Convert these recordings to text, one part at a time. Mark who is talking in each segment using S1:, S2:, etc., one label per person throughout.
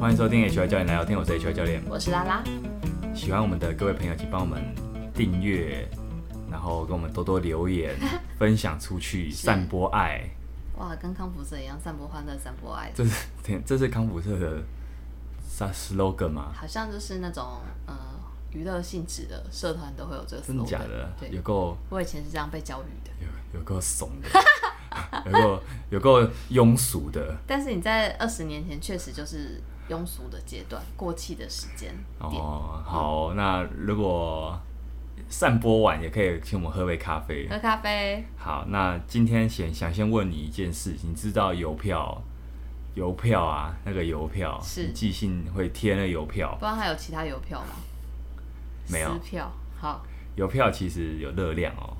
S1: 欢迎收听 HY 教练来聊天，我是 HY 教练。
S2: 我是拉拉，
S1: 喜欢我们的各位朋友，请帮我们订阅，然后跟我们多多留 言，分享出去，散播爱。
S2: 哇，跟康普社一样，散播欢乐，散播爱，
S1: 这是天这是康普社的啥 slogan 吗？
S2: 好像就是那种呃娱乐性质的社团都会有这个 slogan。
S1: 真的假的？
S2: 对
S1: 有，够
S2: 我以前是这样被教育的。
S1: 有有够怂的， 有够有够庸俗的。
S2: 但是你在二十年前确实就是庸俗的阶段，过气的时间点。
S1: 哦，好，那如果散播完也可以请我们喝杯咖啡。
S2: 喝咖啡，
S1: 好，那今天想想先问你一件事，你知道邮票，邮票啊，那个邮票，
S2: 是
S1: 你寄信会贴那邮票
S2: 不，知道还有其他邮票吗？
S1: 没有
S2: 撕票，好，
S1: 邮票其实有热量哦，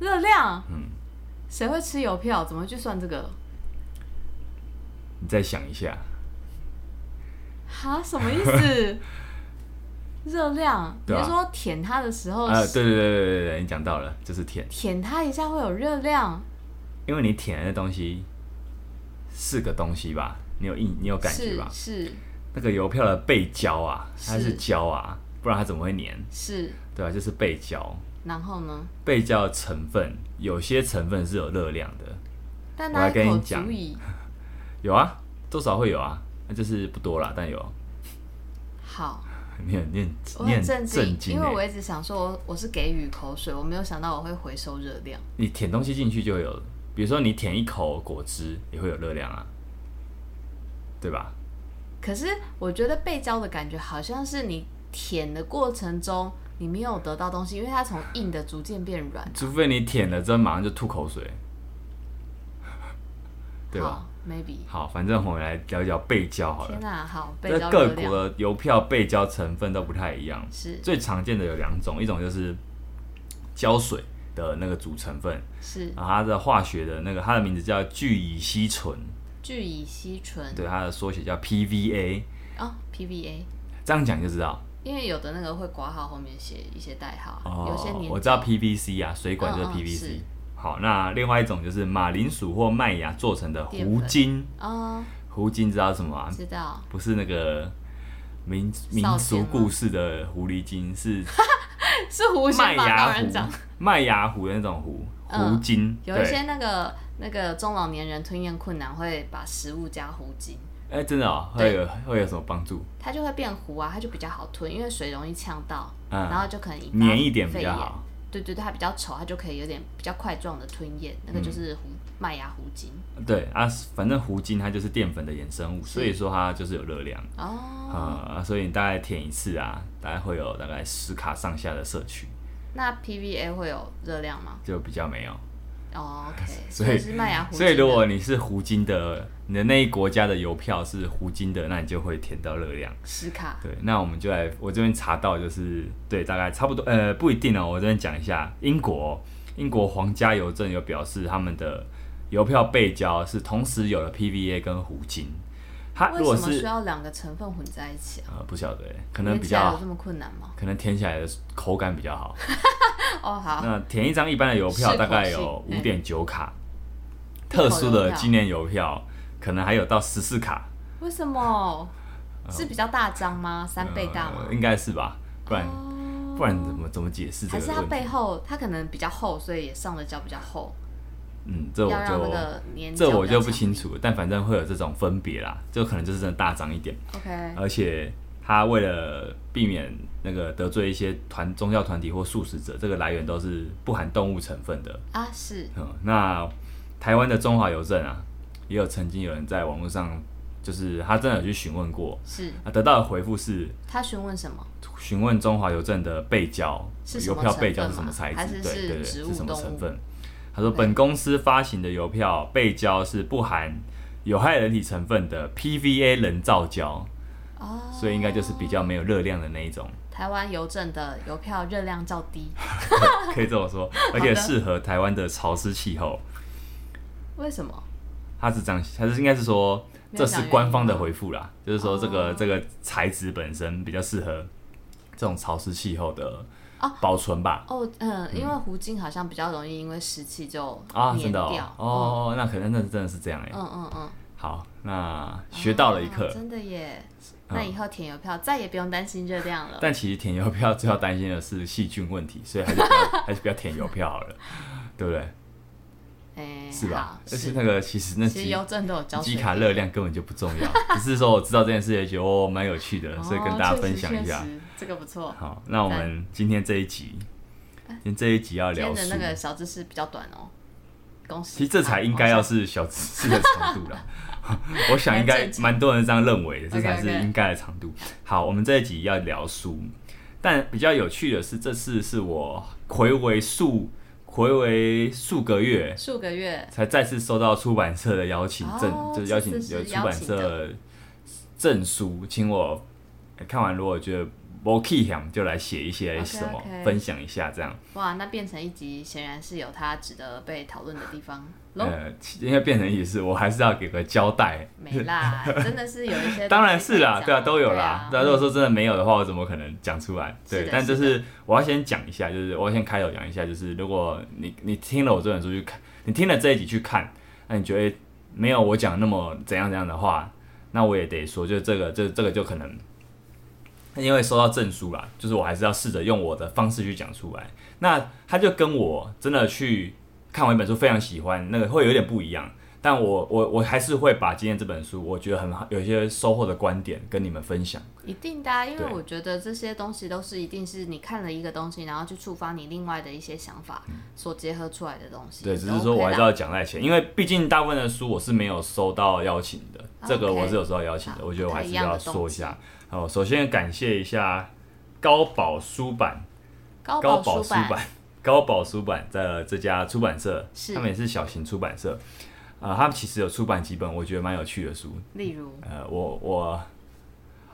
S2: 热量，
S1: 嗯，
S2: 谁会吃邮票？怎么会去算这个？
S1: 你再想一下，
S2: 哈，什么意 思？热量？你
S1: 对啊
S2: 是说舔它的时候，
S1: 啊，对对对对对对，你讲到了，就是舔，
S2: 舔它一下会有热量？
S1: 因为你舔的那东西是个东西吧，你有印，你有感觉
S2: 是
S1: 吧？
S2: 是
S1: 那个邮票的背胶啊，它是
S2: 是
S1: 胶啊，不然它怎么会粘？
S2: 是，
S1: 对吧、就是背胶，
S2: 然后呢？
S1: 背胶的成分有些成分是有热量的，
S2: 但
S1: 我
S2: 那
S1: 来跟
S2: 一口
S1: 你讲
S2: 足以。
S1: 有啊，多少会有啊，那就是不多啦，但有。
S2: 好，
S1: 你很你很
S2: 我
S1: 你
S2: 很震
S1: 震
S2: 惊，
S1: 惊
S2: 因为我
S1: 欸！
S2: 一直想说我我是给予口水，我没有想到我会回收热量。
S1: 你舔东西进去就会有了，比如说你舔一口果汁也会有热量啊，对吧？
S2: 可是我觉得被胶的感觉好像是你舔的过程中你没有得到东西，因为它从硬的逐渐变软。
S1: 除非你舔了之后马上就吐口水， 对吧？
S2: 好？Maybe。
S1: 好，反正我们来聊一聊背胶好了
S2: 天。哪、好，被
S1: 这
S2: 胶
S1: 各
S2: 热
S1: 国
S2: 量
S1: 的邮票背胶成分都不太一样，
S2: 是
S1: 最常见的有两种，一种就是胶水的那个主成分，
S2: 是
S1: 然后它啊的化学的那个它的名字叫聚乙烯醇，
S2: 聚乙烯醇
S1: 对，它的缩写叫 PVA。
S2: 哦 PVA，
S1: 这样讲就知道
S2: 因为有的那个会挂号后面写一些代号，有些年
S1: 哦我知道
S2: 纪
S1: PVC 啊，水管就是
S2: 嗯嗯
S1: PVC。
S2: 是
S1: 好，那另外一种就是马铃薯或麦芽做成的糊精，
S2: 哦，
S1: 糊精知道什么啊？
S2: 知道。
S1: 不是那个民民
S2: 少
S1: 俗
S2: 天吗
S1: 故事的狐狸精， 是
S2: 是胡
S1: 麦
S2: 须发
S1: 芽
S2: 当
S1: 糊
S2: 然长，，
S1: 麦芽糊的那种糊
S2: 嗯
S1: 糊精。
S2: 有一些
S1: 对，
S2: 那个那个中老年人吞咽困难会把食物加糊精，
S1: 哎，真的哦，会
S2: 对
S1: 有会有什么帮助？
S2: 它就会变糊啊，它就比较好吞，因为水容易呛到，
S1: 嗯
S2: 然后就可能引发
S1: 黏一点比
S2: 肺
S1: 较
S2: 炎。
S1: 好。
S2: 对对对，它比较稠，它就可以有点比较块状的吞咽，那个就是糊麦芽糊精
S1: 对啊，反正糊精它就是淀粉的衍生物，所以说它就是有热量。
S2: 哦。
S1: 啊、所以你大概舔一次啊，大概会有大概十卡上下的摄取，
S2: 那 PVA 会有热量吗？
S1: 就比较没有。
S2: 哦，OK，
S1: 所以
S2: 所以是麦芽糊精
S1: 所
S2: 啊的。
S1: 以如果你是胡金的，你的那一国家的邮票是胡金的，那你就会舔到热量。
S2: 十卡
S1: 对，那我们就来，我这边查到就是对，大概差不多，呃，不一定哦。我这边讲一下，英国、英国皇家邮政有表示他们的邮票背胶是同时有了 PVA 跟胡金，它如
S2: 为
S1: 果
S2: 什么需
S1: 是
S2: 要两个成分混在一起啊？
S1: 呃不晓得欸，可能
S2: 闻
S1: 比
S2: 起来
S1: 较
S2: 有这么困难吗？
S1: 可能舔起来的口感比较好。
S2: 哦，好，
S1: 那填一张一般的邮票
S2: 是
S1: 大概有
S2: 口嗯
S1: 五
S2: 信
S1: 点九卡，
S2: 一口
S1: 特殊的
S2: 邮票
S1: 纪念邮票可能还有到十四卡，
S2: 为什么？是比较大张吗？三倍大啊吗
S1: 呃？应该是吧？不然
S2: 哦
S1: 不然怎么怎么解释这
S2: 还是
S1: 个
S2: 它
S1: 问题？
S2: 背后它可能比较厚，所以也上的胶比较厚，
S1: 嗯，这我
S2: 要让那
S1: 就
S2: 个粘
S1: 这
S2: 胶
S1: 我
S2: 比较
S1: 就不
S2: 长
S1: 清楚，但反正会有这种分别啦，就可能就是真的大张一点，
S2: OK，
S1: 而且他为了避免那个得罪一些团宗教团体或素食者，这个来源都是不含动物成分的，
S2: 啊是
S1: 嗯，那台湾的中华邮政啊，也有曾经有人在网络上，就是他真的有去询问过，
S2: 是。
S1: 啊，得到的回复是
S2: 他询问什么？
S1: 询问中华邮政的背胶
S2: 是，什
S1: 邮
S2: 么
S1: 票背
S2: 成
S1: 胶
S2: 分
S1: 是什么
S2: 吗
S1: 材
S2: 还
S1: 质，
S2: 是
S1: 对
S2: 是
S1: 对对，
S2: 植
S1: 是
S2: 物
S1: 什么
S2: 动
S1: 成
S2: 物
S1: 分？他说，
S2: 对
S1: 本公司发行的邮票背胶是不含有害人体成分的 PVA 人造胶，
S2: 哦，
S1: 所以应该就是比较没有热量的那一种，
S2: 台湾邮政的邮票热量较低，
S1: 可以这么 说，而且适合台湾的潮湿气候。
S2: 为什么？
S1: 他是这样，他是应该是说
S2: 没
S1: 这
S2: 有
S1: 是
S2: 讲
S1: 官方的
S2: 原因吗啊
S1: 回复啦，就是说这个、
S2: 哦
S1: 这个材质本身比较适合这种潮湿气候的
S2: 哦
S1: 保存吧。
S2: 哦，嗯，因为胡金好像比较容易因为湿气就
S1: 啊，
S2: 粘
S1: 真的哦
S2: 掉，嗯
S1: 哦，哦那可能那真的是这样哎、
S2: 嗯嗯嗯，
S1: 好，那学到了一课
S2: 哦。真的耶！
S1: 嗯
S2: 那以后填邮票再也不用担心热量了。
S1: 但其实填邮票最要担心的是细菌问题，所以还是不 要还是不要填邮票好了，对不对？
S2: 哎，
S1: 是吧
S2: 好？
S1: 而且
S2: 是
S1: 那个其实那
S2: 其实
S1: 几
S2: 邮政都有交
S1: 机
S2: 税
S1: 卡热量根本就不重要，只是说我知道这件事也觉得哦蛮有趣的，
S2: 哦
S1: 所以跟大家
S2: 确实
S1: 分享一下
S2: 确。实这个不错。
S1: 好，那我们今天这一集，今天这一集要
S2: 啊今
S1: 聊
S2: 天的
S1: 书
S2: 那，个小知识比较短哦，恭喜！
S1: 其实这才应该要是小知识的长度啦。 我想应该
S2: 蛮正常
S1: 蛮多人这样认为的，这
S2: OK，OK
S1: 才是应该的长度。好，我们这一集要聊书，但比较有趣的是，这次是我回违数回违数个月
S2: 数个月
S1: 才再次收到出版社的邀请证，
S2: 哦
S1: 就是邀请
S2: 这次
S1: 有
S2: 是
S1: 出版社证书，请我呃看完，如果觉得 o k 就来写一些
S2: OK，
S1: 什么
S2: OK
S1: 分享一下这样。
S2: 哇，那变成一集显然是有它值得被讨论的地方喽。
S1: 呃，其因为变成也是，我还是要给个交代。
S2: 没啦，真的是 有一些东西可以讲啊，
S1: 当然是啦，对啊，都有啦。
S2: 对
S1: 那、
S2: 啊
S1: 如果说真的没有的话，我怎么可能讲出来？
S2: 是的
S1: 对，但就是是我要先讲一下，就是我要先开头讲一下，就是如果你你听了我这本书去看，你听了这一集去看，那你觉得诶没有我讲那么怎样怎样的话，那我也得说，就这个这这个就可能。因为收到证书啦，就是我还是要试着用我的方式去讲出来。那他就跟我真的去看完一本书，非常喜欢，那个会有点不一样。但我我我还是会把今天这本书，我觉得很好，有一些收获的观点跟你们分享。
S2: 一定的、啊，因为
S1: 对
S2: 我觉得这些东西都是一定是你看了一个东西，然后去触发你另外的一些想法所结合出来的东西。
S1: 嗯对，只
S2: 都
S1: 是说
S2: OK
S1: 我还
S2: 啦
S1: 是要讲在前，因为毕竟大部分的书我是没有收到邀请的，这个
S2: OK
S1: 我是有收到邀请的，
S2: 好
S1: 我觉得我还是要说一
S2: 不太一样
S1: 下。好，首先感谢一下高宝书版、
S2: 高
S1: 高
S2: 宝
S1: 宝
S2: 书
S1: 书版、高宝书版的这家出版社，
S2: 是
S1: 他们也是小型出版社。呃，他们其实有出版几本我觉得蛮有趣的书。
S2: 例如，
S1: 呃，我我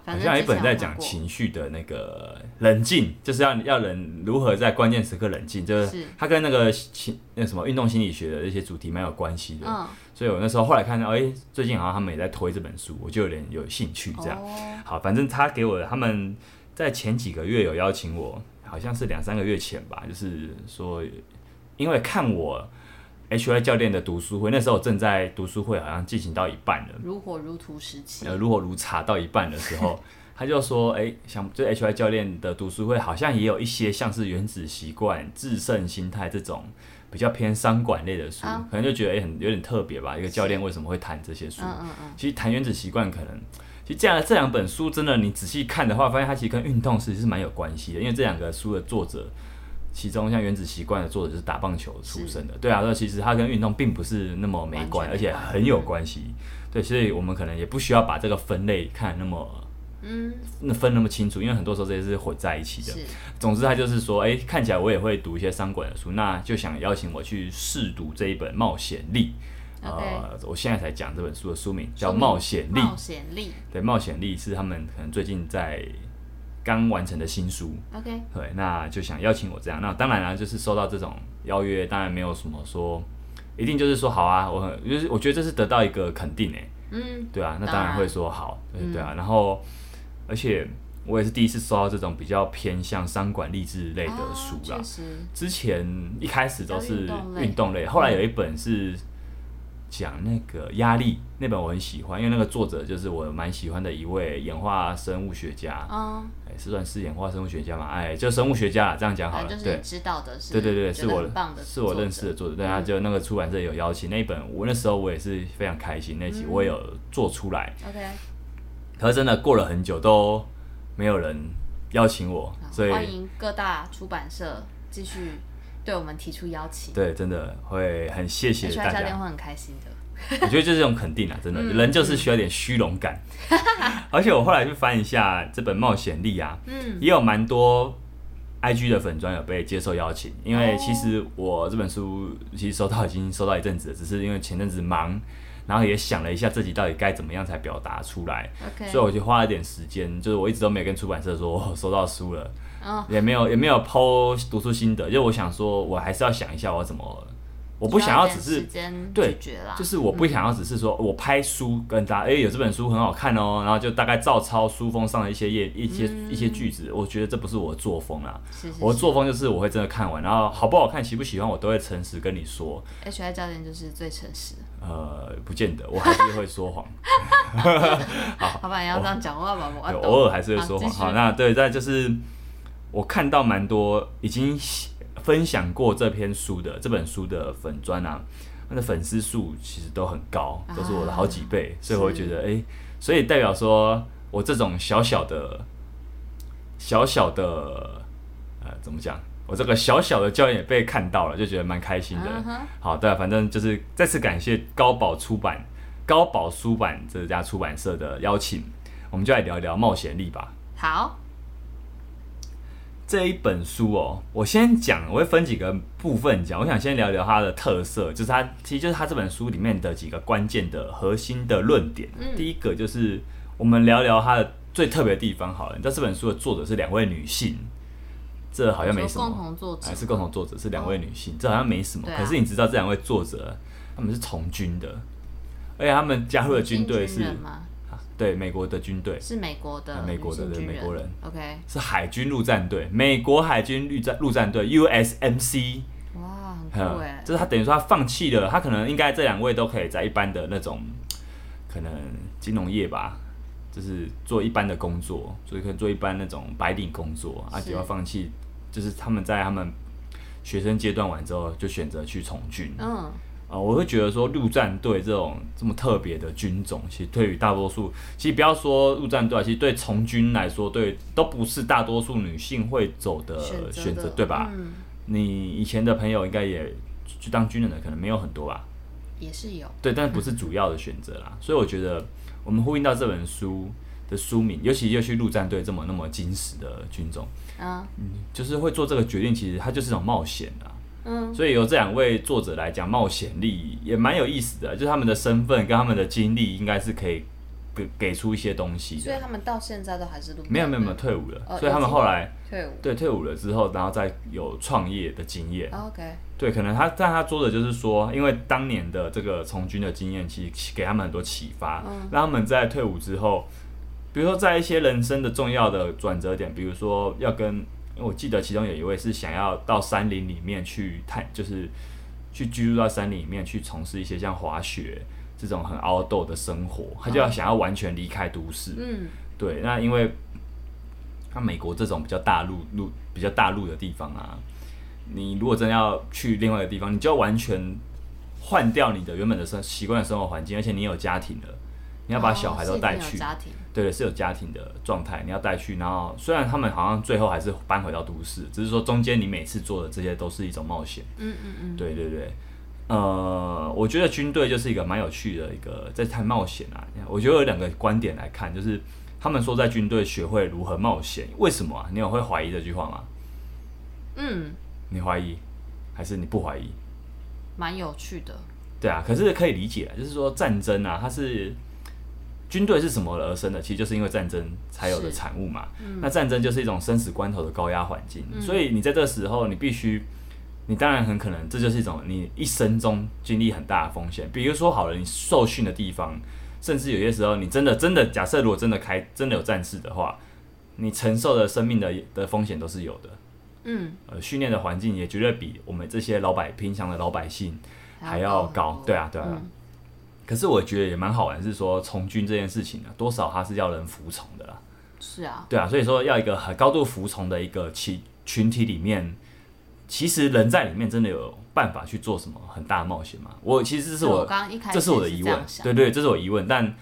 S2: 反
S1: 好
S2: 正
S1: 像有一
S2: 之前
S1: 本在
S2: 有看
S1: 讲
S2: 过
S1: 情绪的那个冷静，就是要要人如何在关键时刻冷静，就是
S2: 是
S1: 它跟那个情那什么运动心理学的一些主题蛮有关系的。
S2: 嗯，
S1: 所以我那时候后来看到，哎、最近好像他们也在推这本书，我就有点有兴趣这样。
S2: 哦，
S1: 好，反正他给我的，他们在前几个月有邀请我，好像是两三个月前吧，就是说，因为看我 H Y 教练的读书会，那时候我正在读书会好像进行到一半了。
S2: 如火如荼时期
S1: 呃，如火如茶到一半的时候，他就说，哎、想这 H Y 教练的读书会好像也有一些像是原子习惯、制胜心态这种比较偏商管类的书，
S2: 啊
S1: 可能就觉得、哎很有点特别吧。一个教练为什么会谈这些书？
S2: 嗯嗯嗯，
S1: 其实谈原子习惯可能。其实这样这两本书真的，你仔细看的话，发现它其实跟运动其实是蛮有关系的，因为这两个书的作者，其中像《原子习惯》的作者是打棒球出身的，对啊，那其实它跟运动并不是那么没关，
S2: 完全没关
S1: 而且很有关系，对，所以我们可能也不需要把这个分类看那么
S2: 嗯，
S1: 那分那么清楚，因为很多时候这些是混在一起的。
S2: 是
S1: 总之，他就是说，哎、看起来我也会读一些商管的书，那就想邀请我去试读这一本《冒险力》。呃，我现在才讲这本书的书名叫《冒险力》，
S2: 冒险力
S1: 对，《冒险力》是他们可能最近在刚完成的新书。
S2: ，OK，
S1: 对，那就想邀请我这样。那当然啦、啊就是收到这种邀约，当然没有什么说一定就是说好啊，我很就是我觉得这是得到一个肯定欸诶、
S2: 嗯，
S1: 对啊，那
S2: 当
S1: 当然会
S2: 然
S1: 说好，对
S2: 嗯
S1: 对啊。然后，而且我也是第一次收到这种比较偏向商管励志类的
S2: 哦
S1: 书啦
S2: 确。实，
S1: 之前一开始都是
S2: 比较运动类嗯
S1: 运动类，后来有一本是讲那个压力，那本我很喜欢，因为那个作者就是我蛮喜欢的一位演化生物学家，
S2: 嗯，
S1: 哎、是算是演化生物学家嘛？哎，就生物学家啦，这样讲好
S2: 反
S1: 了，
S2: 正哎就是
S1: 对
S2: 你。知道的是，
S1: 对对对，
S2: 觉
S1: 是
S2: 得
S1: 我
S2: 很棒的作者，嗯
S1: 是我认识的作者，对啊，就那个出版社有邀请那一本，我那时候我也是非常开心，那
S2: 嗯
S1: 集我也有做出来，
S2: ，OK，
S1: 可是真的过了很久都没有人邀请我，
S2: 好
S1: 所以
S2: 哦欢迎各大出版社继续对我们提出邀请。
S1: 对真的会很谢谢
S2: H
S1: 大
S2: Y 教练
S1: 家。
S2: 会很开心的。
S1: 我觉得就是这种肯定啊，真 的，人就是需要一点虚荣感。而且我后来去翻一下这本《冒险力》啊，
S2: 嗯，
S1: 也有蛮多 IG 的粉专有被接受邀请，因为
S2: 哦
S1: 其实我这本书其实收到已经收到一阵子了，只是因为前阵子忙，然后也想了一下自己到底该怎么样才表达出来，
S2: OK，
S1: 所以我就花了点时间，就是我一直都没有跟出版社说我收到书了，
S2: 嗯
S1: 也没有也没有抛读书心得，因为我想说我还是要想一下我要怎么我不想要
S2: 需
S1: 只是
S2: 点时间
S1: 对
S2: 咀嚼啦，
S1: 就是我不想要只是说我拍书跟
S2: 嗯
S1: 大家，哎、有这本书很好看哦，然后就大概照抄书封上的一些页、一些、一些句子，我觉得这不是我的作风啦。
S2: 是嗯是
S1: 我的
S2: 是
S1: 作风就是我会真的看完，然后好不好看、喜不喜欢，我都会诚实跟你说。
S2: H I 教练就是最诚实的，
S1: 呃，不见得，我还是会说谎，
S2: 老板要这样讲话吧，我
S1: 对，
S2: 懂
S1: 偶尔还是会说谎。
S2: 好继续
S1: 好，那对，再就是我看到蛮多已经分享过这篇书的这本书的粉砖啊，它的粉丝数其实都很高，
S2: 啊
S1: 都是我的好几倍，所以我会觉得，哎、所以代表说我这种小小的、小小的，呃，怎么讲？我这个小小的教练也被看到了，就觉得蛮开心的。
S2: 嗯哼
S1: 好，对啊，反正就是再次感谢高宝出版、高宝书版这家出版社的邀请，我们就来聊一聊冒险力吧。
S2: 好，
S1: 这一本书哦，我先讲，我会分几个部分讲。我想先聊聊它的特色，就是它其实就是它这本书里面的几个关键的核心的论点。
S2: 嗯
S1: 第一个就是我们聊聊它的最特别的地方好了。你知道这本书的作者是两位女性，这好像没什
S2: 说
S1: 么，
S2: 共同作者
S1: 还是共同作者是两位女性，这好像没什么。
S2: 嗯对啊
S1: 可是你知道这两位作者他们是从军的，而且他们加入的军队
S2: 进
S1: 是
S2: 嗯军人吗？
S1: 对美国的军队，
S2: 是美国的
S1: 啊美国的
S2: 女性军
S1: 对美国人
S2: ，OK，
S1: 是海军陆战队，美国海军陆战陆战队 USMC，
S2: 哇，很酷
S1: 呃
S2: 哎，
S1: 就是他等于说他放弃了，他可能应该这两位都可以在一般的那种可能金融业吧，就是做一般的工作，所以可以做一般那种白领工作，啊，
S2: 是
S1: 只要放弃，就是他们在他们学生阶段完之后就选择去从军。
S2: 嗯，
S1: 呃，我会觉得说陆战队这种这么特别的军种，其实对于大多数，其实不要说陆战队啊，其实对从军来说，对都不是大多数女性会走的
S2: 选择
S1: 选择，
S2: 的
S1: 对吧？
S2: 嗯，
S1: 你以前的朋友应该也去当军人的，可能没有很多吧？
S2: 也是有，
S1: 对，但不是主要的选择啦。所以我觉得我们呼应到这本书的书名，尤其又去陆战队这么那么金实的军种，
S2: 嗯
S1: 就是会做这个决定，其实它就是一种冒险啊。
S2: 嗯，
S1: 所以由这两位作者来讲，冒险力也蛮有意思的，就是他们的身份跟他们的经历，应该是可以给给出一些东西
S2: 所以
S1: 的。
S2: 他们到现在都还是录，
S1: 没有没有没有退伍了，
S2: 哦
S1: 所以他们后来
S2: 退伍
S1: 对退伍了之后，然后再有创业的经验。
S2: 哦，OK，
S1: 对，可能他但他说的就是说，因为当年的这个从军的经验，其实给他们很多启发，
S2: 嗯
S1: 让他们在退伍之后，比如说在一些人生的重要的转折点，比如说要跟，因为我记得其中有一位是想要到山林里面去探，就是去居住到山林里面去从事一些像滑雪这种很 outdoor 的生活，他就要想要完全离开都市，
S2: 嗯，
S1: 对，那因为它美国这种比较大陆陆比较大陆的地方啊，你如果真的要去另外一个地方，你就要完全换掉你的原本的生习惯的生活环境，而且你有家庭了，你要把小孩
S2: 哦
S1: 都
S2: 是已
S1: 带
S2: 经有
S1: 去，
S2: 家庭，
S1: 对，是有家庭的状态，你要带去。然后虽然他们好像最后还是搬回到都市，只是说中间你每次做的这些都是一种冒险。
S2: 嗯嗯嗯，
S1: 对对对，呃，我觉得军队就是一个蛮有趣的一个在谈冒险啊。我觉得有两个观点来看，就是他们说在军队学会如何冒险，为什么啊？你有会怀疑这句话吗？
S2: 嗯，
S1: 你怀疑还是你不怀疑？
S2: 蛮有趣的，
S1: 对啊，可是可以理解啊，就是说战争啊，它是军队是什么而生的？其实就是因为战争才有的
S2: 是
S1: 产物嘛。那战争就是一种生死关头的高压环境，
S2: 嗯
S1: 所以你在这时候，你必须，你当然很可能这就是一种你一生中经历很大的风险。比如说好了，你受训的地方，甚至有些时候你真的真的假设如果真的开真的有战事的话，你承受的生命的的风险都是有的。
S2: 嗯，
S1: 呃，训练的环境也绝对比我们这些老百平常的老百姓还要高。对
S2: 啊，
S1: 啊，对啊。
S2: 嗯
S1: 可是我觉得也蛮好玩，是说从军这件事情呢、啊多少它是要人服从的啦。
S2: 是啊，
S1: 对啊，所以说要一个很高度服从的一个群群体里面，其实人在里面真的有办法去做什么很大的冒险吗？我其实这是
S2: 就我
S1: 我
S2: 刚刚一开始
S1: 这是我的
S2: 是
S1: 疑
S2: 这
S1: 问
S2: 样，想，
S1: 对对，这是我疑问，但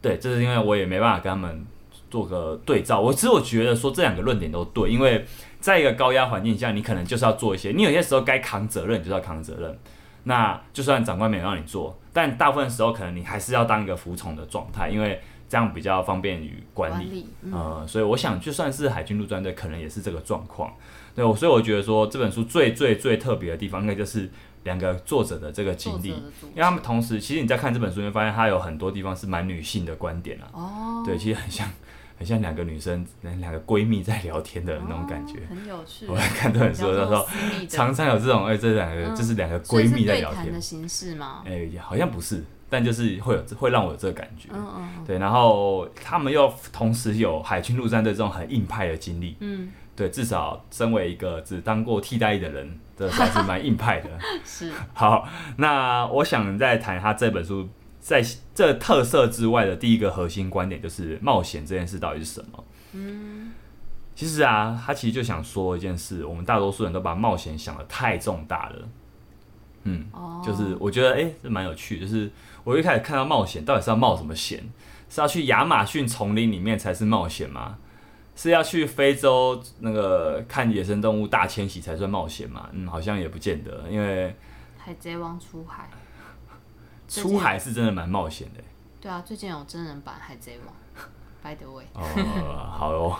S1: 对，这是因为我也没办法跟他们做个对照。我只有觉得说这两个论点都对，因为在一个高压环境下，你可能就是要做一些，你有些时候该扛责任，你就是要扛责任。那就算长官没有让你做，但大部分时候可能你还是要当一个服从的状态，因为这样比较方便于管理。
S2: 理，嗯
S1: 呃，所以我想，就算是海军陆战队，可能也是这个状况。对，我所以我觉得说这本书最最最特别的地方，应该就是两个作者的这个经历，
S2: 作者的组
S1: 因为他们同时，其实你在看这本书，你会发现它有很多地方是蛮女性的观点啊。
S2: 哦，
S1: 对，其实很像， 很像两个女生、两个闺蜜在聊天的那种感觉。
S2: 哦很有趣。
S1: 我在 看这本书的时候
S2: 聊这种，私密的
S1: 常常有这种，哎、这两个、
S2: 嗯
S1: 就是两个
S2: 所以
S1: 闺
S2: 是
S1: 蜜在
S2: 对
S1: 聊
S2: 谈
S1: 天
S2: 的，形式 吗？
S1: 哎、好像不是，但就是会有会让我有这个感觉。
S2: 嗯嗯
S1: 对，然后他们又同时有海军陆战队这种很硬派的经历，
S2: 嗯，
S1: 对，至少身为一个只当过替代役的人，这算是蛮硬派的。
S2: 嗯是
S1: 好，那我想再谈他这本书在这特色之外的第一个核心观点，就是冒险这件事到底是什么？嗯，其实啊，他其实就想说一件事，我们大多数人都把冒险想得太重大了。嗯，
S2: 哦，
S1: 就是我觉得哎，诶这蛮、有趣。就是我一开始看到冒险，到底是要冒什么险？是要去亚马逊丛林里面才是冒险吗？是要去非洲那个看野生动物大迁徙才算冒险吗？嗯，好像也不见得，因为
S2: 海贼王出海，最近
S1: 出海是真的蛮冒险的。
S2: 对啊，最近有真人版海贼王，By the way，
S1: 哦， 好哦，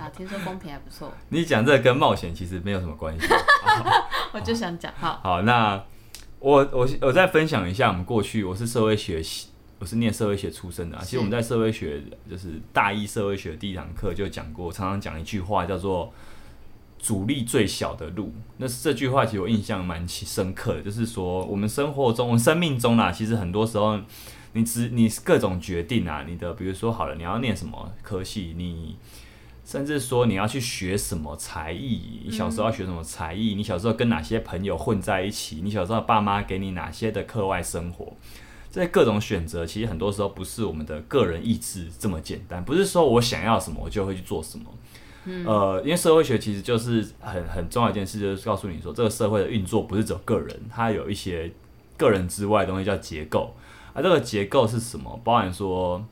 S2: 啊，听说风评还 不错，
S1: 你讲这个跟冒险其实没有什么关系。
S2: 我就想讲哈，
S1: 好，那我我我再分享一下，我们过去我是社会学系，我是念社会学出身的、啊。
S2: 是
S1: 其实我们在社会学就是大一社会学第一堂课就讲过，常常讲一句话叫做“阻力最小的路”。那这句话其实我印象蛮深刻的，就是说我们生活中、我们生命中啦、其实很多时候你只你各种决定啊，你的比如说好了，你要念什么科系，你甚至说你要去学什么才艺，你小时候要学什么才艺，你小时候跟哪些朋友混在一起，你小时候爸妈给你哪些的课外生活，这些各种选择，其实很多时候不是我们的个人意志这么简单，不是说我想要什么我就会去做什么。呃，因为社会学其实就是很很重要一件事，就是告诉你说，这个社会的运作不是只有个人，它有一些个人之外的东西叫结构。啊，这个结构是什么？包含说，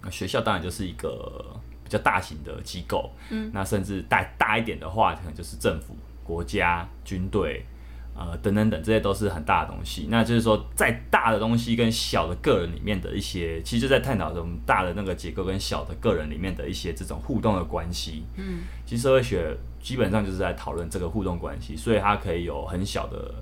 S1: 呃学校当然就是一个比较大型的机构，嗯，那甚至大大一点的话，可能就是政府、国家、军队，呃，等等等，这些都是很大的东西。那就是说，在大的东西跟小的个人里面的一些，其实就在探讨着我们大的那个结构跟小的个人里面的一些这种互动的关系。
S2: 嗯，
S1: 其实社会学基本上就是在讨论这个互动关系，所以它可以有很小的。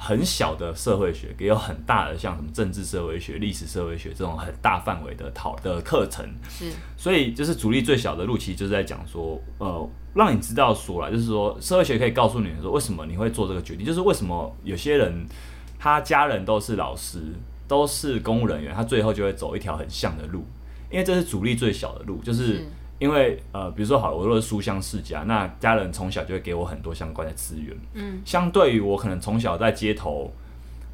S1: 很小的社会学，也有很大的像什么政治社会学、历史社会学这种很大范围的讨的课程，
S2: 是
S1: 所以就是阻力最小的路，其实就是在讲说，呃，让你知道说啦，就是说社会学可以告诉你说，为什么你会做这个决定，就是为什么有些人他家人都是老师，都是公务人员，他最后就会走一条很像的路，因为这是阻力最小的路，就是
S2: 是
S1: 因为呃，比如说好了，我如果是书香世家，那家人从小就会给我很多相关的资源，
S2: 嗯，
S1: 相对于我可能从小在街头。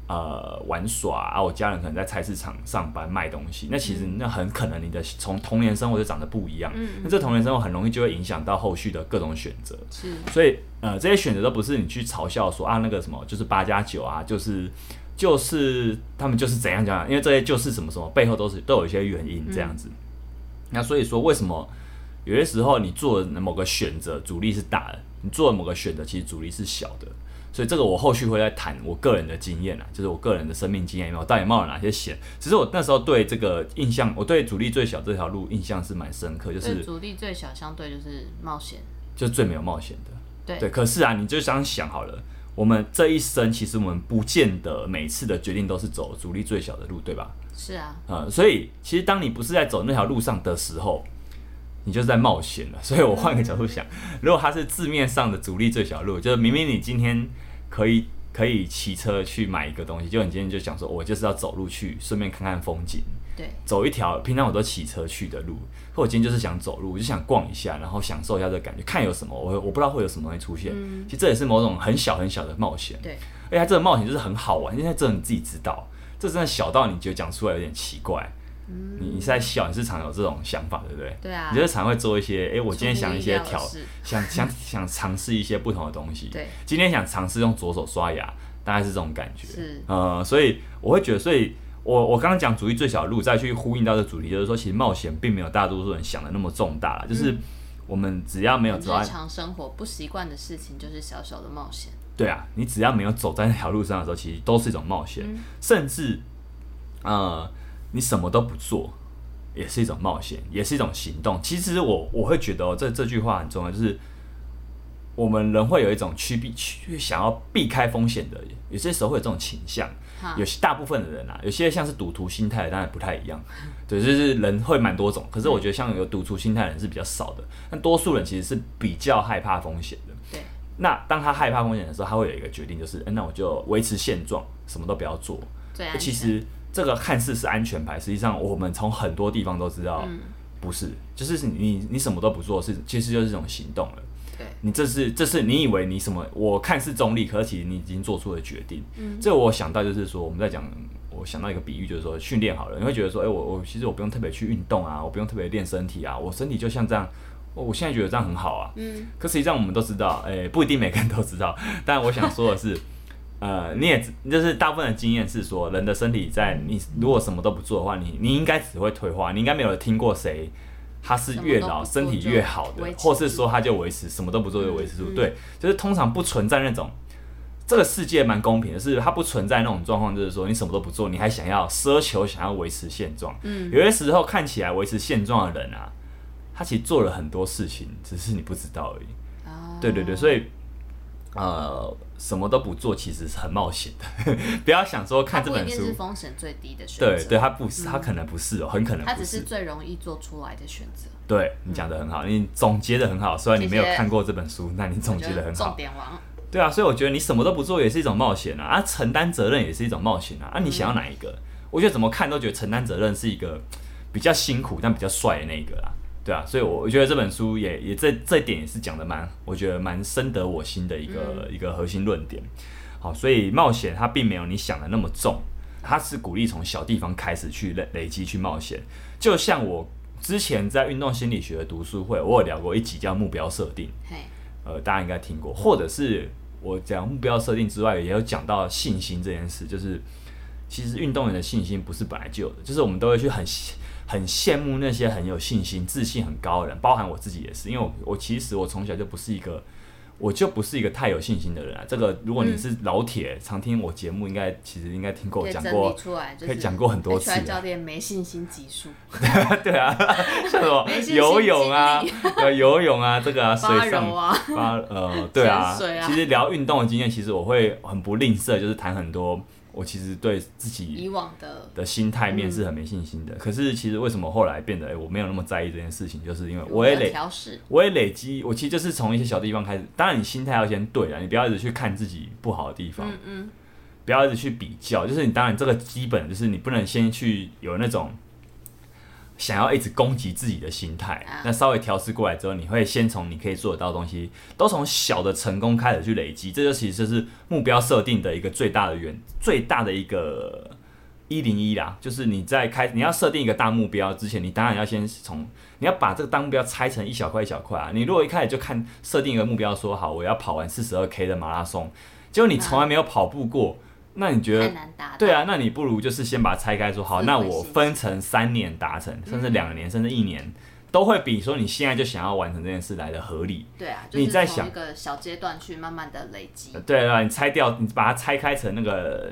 S1: 呃，玩耍啊，我家人可能在菜市场上班卖东西，那其实那很可能你的从童年生活就长得不一样，
S2: 嗯
S1: 那这童年生活很容易就会影响到后续的各种选择，
S2: 是
S1: 所以呃，这些选择都不是你去嘲笑说啊那个什么就是八加九啊，就是就是他们就是怎样怎样，因为这些就是什么什么背后都是都有一些原因这样子。那所以说，为什么有些时候你做的某个选择阻力是大的，你做的某个选择其实阻力是小的？所以这个我后续会再谈我个人的经验啊，就是我个人的生命经验，有没有我到底冒了哪些险？其实我那时候对这个印象，我对阻力最小这条路印象是蛮深刻，就是
S2: 对阻力最小，相对就是冒险，
S1: 就是最没有冒险的。
S2: 对
S1: 可是啊，你就这样想好了，我们这一生其实我们不见得每次的决定都是走阻力最小的路，对吧？
S2: 是啊，
S1: 呃，所以其实当你不是在走那条路上的时候，你就是在冒险了。所以我换个角度想， 如果它是字面上的阻力最小路，就是明明你今天可以可以骑车去买一个东西，就你今天就想说，我就是要走路去，顺便看看风景。
S2: 对，
S1: 走一条平常我都骑车去的路，可我今天就是想走路，我就想逛一下，然后享受一下这个感觉，看有什么，我我不知道会有什么东西出现。
S2: 嗯
S1: 其实这也是某种很小很小的冒险，
S2: 对，
S1: 而且它这个冒险就是很好玩，因为这你自己知道，这真的小到你觉得讲出来有点奇怪。你你是在笑，你是常有这种想法，对不对？
S2: 对啊
S1: 你就是常会做一些，哎、我今天
S2: 出乎
S1: 想一
S2: 意
S1: 些
S2: 料的
S1: 挑，
S2: 事
S1: 想想想尝试一些不同的东西。
S2: 对，
S1: 今天想尝试用左手刷牙，大概是这种感觉。
S2: 是
S1: 呃，所以我会觉得，所以我我刚刚讲主义最小的路，再去呼应到这主题，就是说，其实冒险并没有大多数人想的那么重大啦，就是我们只要没有走在，
S2: 日常生活不习惯的事情，就是小小的冒险，
S1: 对啊，你只要没有走在那条路上的时候，其实都是一种冒险，甚至呃，你什么都不做。也是一种冒险，也是一种行动。其实我我会觉得、哦、这这句话很重要，就是我们人会有一种趋避去想要避开风险的，有些时候会有这种倾向。
S2: 哈
S1: 有些大部分的人啊，有些像是赌徒心态的，当然不太一样。对，就是人会蛮多种，可是我觉得像有赌徒心态的人是比较少的，但多数人其实是比较害怕风险的。
S2: 对，
S1: 那当他害怕风险的时候，他会有一个决定，就是，哎、那我就维持现状，什么都不要做。
S2: 最安
S1: 其
S2: 全。
S1: 实这个看似是安全牌，实际上我们从很多地方都知道，
S2: 嗯
S1: 不是，就是你你什么都不做，是其实就是一种行动了。
S2: 对，
S1: 你这是这是你以为你什么？我看似中立，可是其实你已经做出了决定。嗯，这我想到就是说，我们在讲，我想到一个比喻，就是说训练好了，你会觉得说，哎、我我其实我不用特别去运动啊，我不用特别练身体啊，我身体就像这样，哦我我现在觉得这样很好啊。
S2: 嗯，
S1: 可实际上我们都知道，哎、不一定每个人都知道， 但我想说的是。呃，你也就是大部分的经验是说，人的身体在你如果什么都不做的话，你你应该只会退化，你应该没有听过谁他是越老
S2: 什
S1: 身
S2: 么都不做
S1: 体越好
S2: 就
S1: 的
S2: 维，持嗯
S1: 或是说他就维持什么都不做就维持住，对，就是通常不存在那种这个世界蛮公平的，是它不存在那种状况，就是说你什么都不做，你还想要奢求想要维持现状，嗯，有些时候看起来维持现状的人啊，他其实做了很多事情，只是你不知道而已，
S2: 啊，
S1: 对对对，所以呃，什么都不做其实是很冒险的， 不要想说
S2: 它
S1: 看这
S2: 不一
S1: 本
S2: 定
S1: 书
S2: 是，风险最低的选择，
S1: 对对，，它不是，它可能不是哦，很可能
S2: 它
S1: 不
S2: 只
S1: 是
S2: 是，最容易做出来的选择。
S1: 对你讲的很好，你总结的很好，虽然你没有
S2: 谢谢
S1: 看过这本书，那你总结的
S2: 我
S1: 很
S2: 觉
S1: 好
S2: 重，点王，
S1: 对啊，所以我觉得你什么都不做也是一种冒险啊，啊，承担责任也是一种冒险啊，啊，你想要哪一个？我觉得怎么看都觉得承担责任是一个比较辛苦但比较帅的那一个啦，对啊，所以我我觉得这本书也也这这点也是讲的蛮，我觉得蛮深得我心的一个、一个核心论点。好，所以冒险它并没有你想的那么重，它是鼓励从小地方开始去累累积去冒险。就像我之前在运动心理学的读书会，我有聊过一集叫目标设定。
S2: 嘿，
S1: 呃，大家应该听过，或者是我讲目标设定之外，也有讲到信心这件事，就是其实运动员的信心不是本来就有的，就是我们都会去很很羡慕那些很有信心、自信很高的人，包含我自己也是，因为我我其实我从小就不是一个。我就不是一个太有信心的人啊！这个，如果
S2: 嗯
S1: 你是老铁，常听我节目，应该其实应该听过我
S2: 可以
S1: 讲
S2: 整
S1: 过
S2: 理，出来，就
S1: 可以
S2: 是
S1: 讲过很多次啊
S2: HR 教练没信心级 数，
S1: 对啊，像 什么
S2: 没信心
S1: 游泳啊、呃游泳啊，这 个啊，水
S2: 发
S1: 上
S2: 柔啊，
S1: 发呃，对啊，
S2: 潜水啊
S1: 其实聊运动的经验，其实我会很不吝啬，就是谈很多我其实对自己
S2: 以往的
S1: 的心态面是很没信心的。可是其实为什么后来变得、哎诶我没有那么在意这件事情，就是因为我也
S2: 有
S1: 累，
S2: 调试，
S1: 我也累积，我其实就是从一些小地方开始。当然，你心态要先对啊，你不要一直去看自己不好的地方，
S2: 嗯嗯，
S1: 不要一直去比较，就是你当然这个基本就是你不能先去有那种想要一直攻击自己的心态。
S2: 啊
S1: 那稍微调试过来之后，你会先从你可以做得到的东西，都从小的成功开始去累积，这就其实就是目标设定的一个最大的原最大的一个一零一啦，就是你在开你要设定一个大目标之前，你当然要先从你要把这个大目标拆成一小块一小块啊。你如果一开始就看设定一个目标说好我要跑完四十二 K 的马拉松，结果你从来没有跑步过，那你觉
S2: 太
S1: 得
S2: 难达到，
S1: 对啊，那你不如就是先把它拆开说好，
S2: 自
S1: 那
S2: 毁
S1: 我
S2: 信
S1: 分成三年达成，甚至两年，甚至一年，都会比说你现在就想要完成这件事来的合理。
S2: 对啊，就
S1: 你
S2: 是
S1: 在
S2: 从
S1: 想
S2: 一个小阶段去慢慢的累积
S1: 呃，对啊，你拆掉，你把它拆开成那个，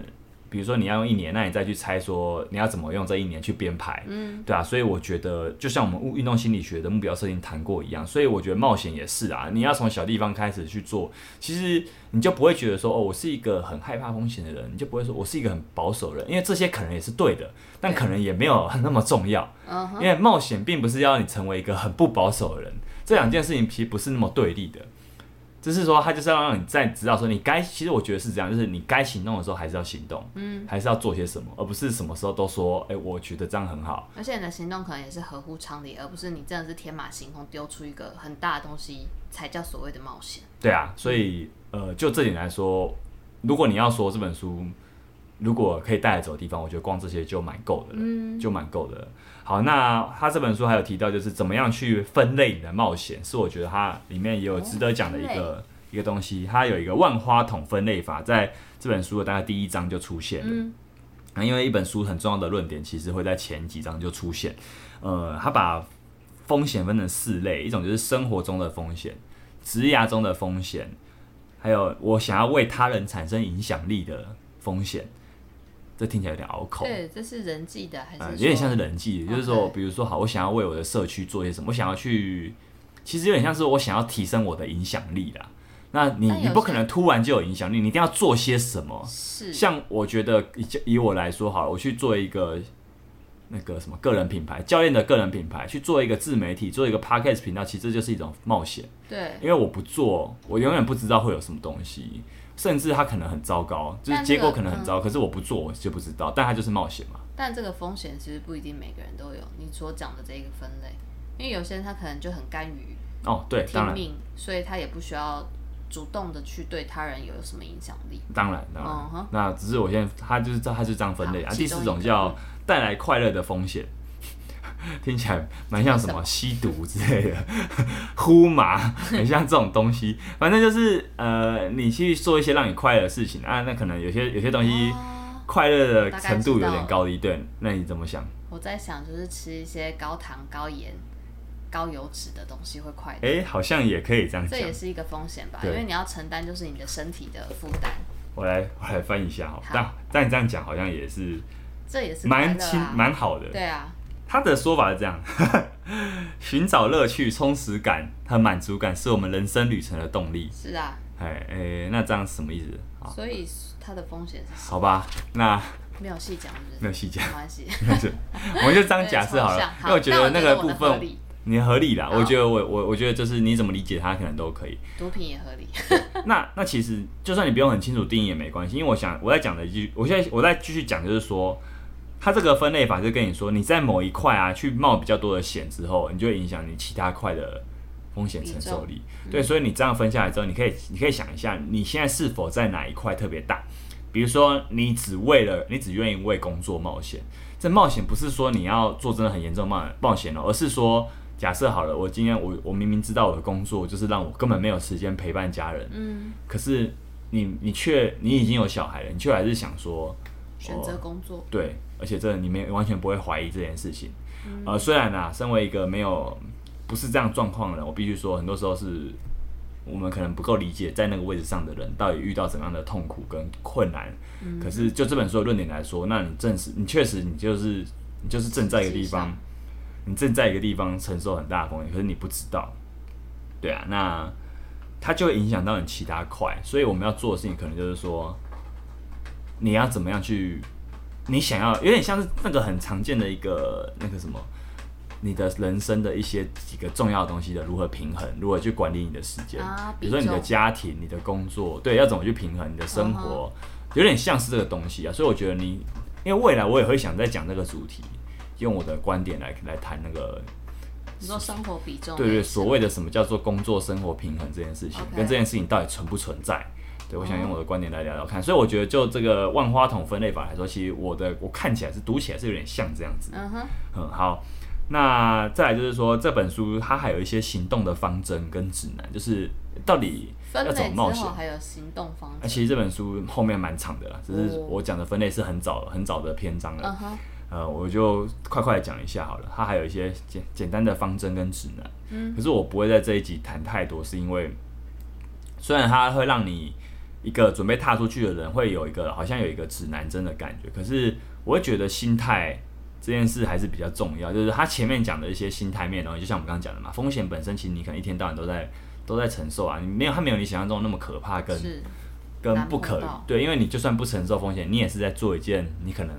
S1: 比如说你要用一年，那你再去拆说你要怎么用这一年去编排，嗯，对啊，所以我觉得就像我们物运动心理学的目标设定谈过一样，所以我觉得冒险也是啊，你要从小地方开始去做，其实你就不会觉得说哦，我是一个很害怕风险的人，你就不会说我是一个很保守的人，因为这些可能也是对的，但
S2: 对
S1: 可能也没有那么重要，
S2: 嗯哼，
S1: 因为冒险并不是要你成为一个很不保守的人，这两件事情其实不是那么对立的。只是说，他就是要让你在知道说，你该其实我觉得是这样，就是你该行动的时候还是要行动，嗯，还是要做些什么，而不是什么时候都说，哎、我觉得这样很好，
S2: 而且你的行动可能也是合乎常理，而不是你真的是天马行空丢出一个很大的东西才叫所谓的冒险。
S1: 对啊，所以呃，就这点来说，如果你要说这本书如果可以带走的地方，我觉得光这些就蛮够的了，嗯，就蛮够的了。好，那他这本书还有提到，就是怎么样去分类你的冒险，是我觉得它里面也有值得讲的一个、一个东西。它有一个万花筒分类法，在这本书的大概第一章就出现了。那因为一本书很重要的论点，其实会在前几章就出现。呃，他把风险分成四类，一种就是生活中的风险，职涯中的风险，还有我想要为他人产生影响力的风险。这听起来有点拗口，
S2: 对，这是人际的还是、哦
S1: 呃，有点像是人际，就是说，
S2: OK
S1: 比如说，好，我想要为我的社区做些什么，我想要去，其实有点像是我想要提升我的影响力啦。那你
S2: 但有
S1: 你不可
S2: 些
S1: 能突然就有影响力，你一定要做些什么。
S2: 是
S1: 像我觉得以以我来说好了，我去做一个那个什么个人品牌，教练的个人品牌，去做一个自媒体，做一个 podcast 频道，其实这就是一种冒险。
S2: 对，
S1: 因为我不做，我永远不知道会有什么东西，甚至它可能很糟糕，就是
S2: 但这
S1: 结
S2: 个嗯
S1: 果可能很糟，可是我不做我就不知道，但它就是冒险嘛。
S2: 但这个风险其实不一定每个人都有你所讲的这一个分类，因为有些人他可能就很甘于
S1: 哦，对，当
S2: 听
S1: 然，
S2: 命，所以他也不需要主动的去对他人有什么影响力。
S1: 当然，当然。
S2: 嗯哼，
S1: 那只是我现在它就是这它就是这样分类啊。
S2: 好
S1: 第
S2: 其中一
S1: 四
S2: 个
S1: 种叫带来快乐的风险，听起来蛮像什
S2: 这
S1: 么吸毒之类的， 呼麻，很像这种东西。反正就是呃，你去做一些让你快乐的事情啊，那可能有些有些东西
S2: 啊
S1: 快乐的
S2: 大概
S1: 程度有
S2: 知道
S1: 点
S2: 了
S1: 高低，对，那你怎么想？
S2: 我在想，就是吃一些高糖、高盐、高油脂的东西会快乐，
S1: 哎、好像也可以哎这样
S2: 这
S1: 讲。
S2: 也是一个风险吧，
S1: 对
S2: 因为你要承担就是你的身体的负担，
S1: 我来我来翻一下哈
S2: 好，
S1: 但但你这样讲好像也是
S2: 这也是快
S1: 蛮
S2: 乐
S1: 轻
S2: 啊。
S1: 蛮好的。
S2: 对啊，
S1: 他的说法是这样： 寻找乐趣、充实感和满足感是我们人生旅程的动力。
S2: 是啊，
S1: 哎哎、那这样是什么意思？好，
S2: 所以它的风险是什
S1: 好吧，那
S2: 么没有细讲，是
S1: 没
S2: 不是？
S1: 有细讲，
S2: 没 关系，
S1: 那就我们就这样
S2: 有点
S1: 假设好
S2: 抽
S1: 了
S2: 象，
S1: 因为我觉得那
S2: 但
S1: 个
S2: 我
S1: 部
S2: 的合
S1: 分
S2: 理
S1: 你合理啦，
S2: 好
S1: 我觉得我我我觉得就是你怎么理解它，可能都可以。
S2: 毒品也合理，
S1: 那那其实就算你不用很清楚定义也没关系，因为我想我在讲的一句，我现在我在继续讲就是说，它这个分类法是跟你说，你在某一块啊去冒比较多的险之后，你就会影响你其他块的风险承受力。对，所以你这样分下来之后，你可以你可以想一下，你现在是否在哪一块特别大？比如说，你只为了你只愿意为工作冒险，这冒险不是说你要做真的很严重的冒冒险哦，而是说，假设好了，我今天我我明明知道我的工作就是让我根本没有时间陪伴家人，
S2: 嗯，
S1: 可是你你却你已经有小孩了，你却还是想说
S2: 选择工作，
S1: 对，而且这你们完全不会怀疑这件事情。呃，虽然啊，身为一个没有不是这样状况的人，我必须说，很多时候是我们可能不够理解在那个位置上的人到底遇到怎么样的痛苦跟困难。可是就这本书的论点来说，那你证实你确实你就是你就是正在一个地
S2: 实际
S1: 方
S2: 上，
S1: 你正在一个地方承受很大的风险，可是你不知道。对啊，那它就会影响到你其他块，所以我们要做的事情可能就是说，你要怎么样去，你想要有点像是那个很常见的一个那个什么，你的人生的一些几个重要的东西的如何平衡，如何去管理你的时间，
S2: 啊
S1: 比如说你
S2: 比
S1: 的
S2: 重
S1: 家庭、你的工作，对，要怎么去平衡你的生活，有点像是这个东西啊。所以我觉得你，因为未来我也会想再讲这个主题，用我的观点来来谈那个
S2: 你说生活比重，
S1: 对对，所谓的什么叫做工作生活平衡这件事情
S2: OK 哦
S1: 跟这件事情到底存不存在？对，我想用我的观点来聊聊看。所以我觉得，就这个万花筒分类法来说，其实我的我看起来是读起来是有点像这样子。
S2: 嗯哼，
S1: 嗯，好。那再来就是说，这本书它还有一些行动的方针跟指南，就是到底
S2: 分
S1: 要
S2: 类
S1: 怎么
S2: 之
S1: 冒险
S2: 后。还有行动方
S1: 那
S2: 式，
S1: 其实这本书后面蛮长的啦，只是
S2: 哦
S1: 我讲的分类是很早很早的篇章了。
S2: 嗯哼，
S1: 呃，我就快快地讲一下好了。它还有一些简简单的方针跟指南，可是我不会在这一集谈太多，是因为虽然它会让你一个准备踏出去的人会有一个好像有一个指南针的感觉，可是我会觉得心态这件事还是比较重要，就是它前面讲的一些心态面的东西，就像我们刚刚讲的嘛，风险本身其实你可能一天到晚都在都在承受啊，你没有它没有你想象中那么可怕跟
S2: 是
S1: 跟
S2: 难
S1: 不
S2: 碰
S1: 可
S2: 到
S1: 对，因为你就算不承受风险，你也是在做一件你可能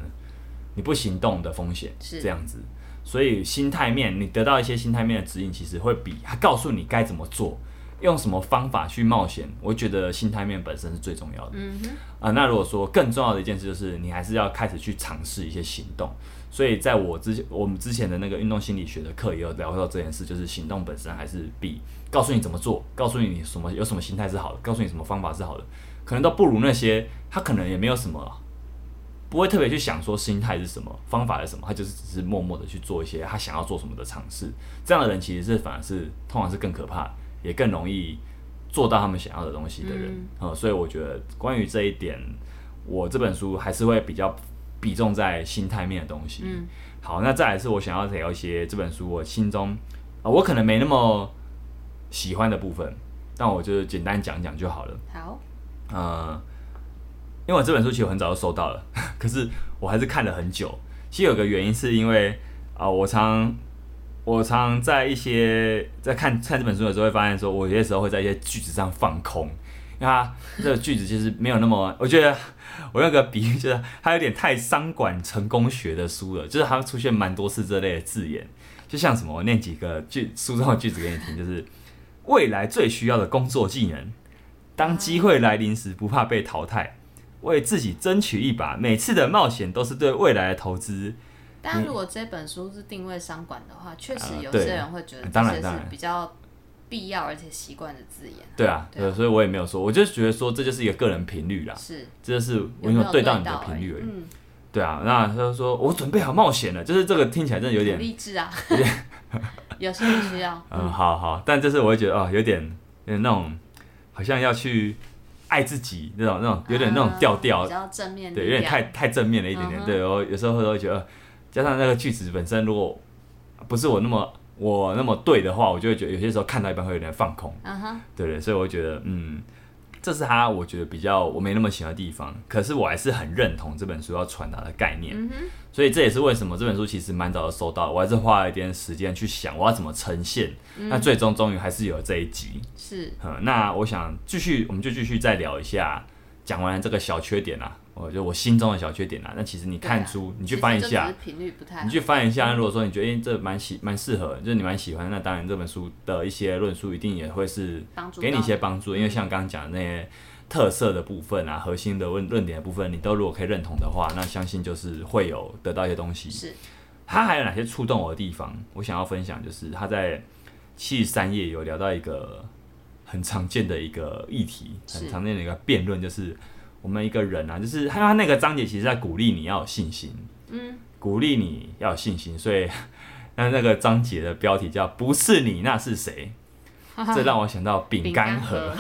S1: 你不行动的风险，
S2: 是
S1: 这样子。所以心态面，你得到一些心态面的指引，其实会比他告诉你该怎么做，用什么方法去冒险，我觉得心态面本身是最重要的。
S2: 嗯哼，
S1: 啊、那如果说更重要的一件事就是，你还是要开始去尝试一些行动。所以在我之前，我们之前的那个运动心理学的课也有聊到这件事，就是行动本身还是比告诉你怎么做，告诉你你什么有什么心态是好的，告诉你什么方法是好的，可能都不如那些他可能也没有什么，不会特别去想说心态是什么，方法是什么，他就是只是默默的去做一些他想要做什么的尝试。这样的人其实是反而是通常是更可怕，也更容易做到他们想要的东西的人。
S2: 嗯
S1: 呃，所以我觉得关于这一点，我这本书还是会比较比重在心态面的东西。
S2: 嗯，
S1: 好，那再来是我想要聊一些这本书我心中啊、我可能没那么喜欢的部分，但我就是简单讲讲就好了。
S2: 好，
S1: 呃，因为我这本书其实我很早就收到了， 可是我还是看了很久。其实有个原因是因为啊、我常我常在一些在看看这本书的时候，会发现说，我有些时候会在一些句子上放空，因为它这个句子其实没有那么，我觉得我那个比喻就是它有点太商管成功学的书了，就是它出现蛮多次这类的字眼，就像什么，我念几个句书中的句子给你听，就是未来最需要的工作技能，当机会来临时不怕被淘汰，为自己争取一把，每次的冒险都是对未来的投资。
S2: 但如果这本书是定位商管的话，确实
S1: 嗯啊
S2: 有
S1: 对
S2: 些人会觉得
S1: 当
S2: 这
S1: 然
S2: 些是
S1: 当然
S2: 比较必要而且习惯的字眼。
S1: 对啊，
S2: 对啊
S1: 对，所以我也没有说，我就觉得说这就是一个个人频率啦，
S2: 是
S1: 这就是啊我没
S2: 有没
S1: 有
S2: 有
S1: 对
S2: 到
S1: 到你的频率而已。
S2: 嗯，
S1: 对啊，那他就说我准备好冒险了，就是这个听起来真的有
S2: 有
S1: 点，
S2: 励志啊， 有时候 需要。
S1: 嗯，好好，但就是我会觉得哦，有点有点那种好像要去爱自己那种那种有点那种调
S2: 啊
S1: 调
S2: 比，较正面力量，
S1: 对，有点太太正面了一点点。
S2: 嗯哼
S1: 对，我有时候会觉得，呃加上那个句子本身，如果不是我那么我那么对的话，我就会觉得有些时候看到一半会有点放空。
S2: 嗯哼，
S1: 对对，所以我觉得，嗯，这是他我觉得比较我没那么喜欢的地方，可是我还是很认同这本书要传达的概念，
S2: 嗯哼，
S1: 所以这也是为什么这本书其实蛮早就收到，我还是花了一点时间去想我要怎么呈现，
S2: 嗯
S1: 那最终终于还是有这一集，
S2: 是
S1: 嗯，那我想继续，我们就继续再聊一下，讲完了这个小缺点啊，我就我心中的小缺点啊，那其实你看
S2: 对啊
S1: 书，你去翻一
S2: 其实就
S1: 下
S2: 只是，嗯频率不太好
S1: 你。去翻一下，如果说你觉得、诶这蛮喜蛮适合，就是你蛮喜欢，那当然这本书的一些论述一定也会是
S2: 帮助到嗯
S1: 给你一些帮助，因为像刚刚讲的那些特色的部分啊、核心的论论点的部分，你都如果可以认同的话，那相信就是会有得到一些东西。
S2: 是
S1: 它还有哪些触动我的地方？我想要分享就是它在七十三页有聊到一个很常见的一个议题，
S2: 是
S1: 很常见的一个辩论，就是我们一个人啊，就是他那个章节其实在鼓励你要有信心。
S2: 嗯，
S1: 鼓励你要有信心，所以那那个章节的标题叫“不是你，那是谁”，这让我想到饼干盒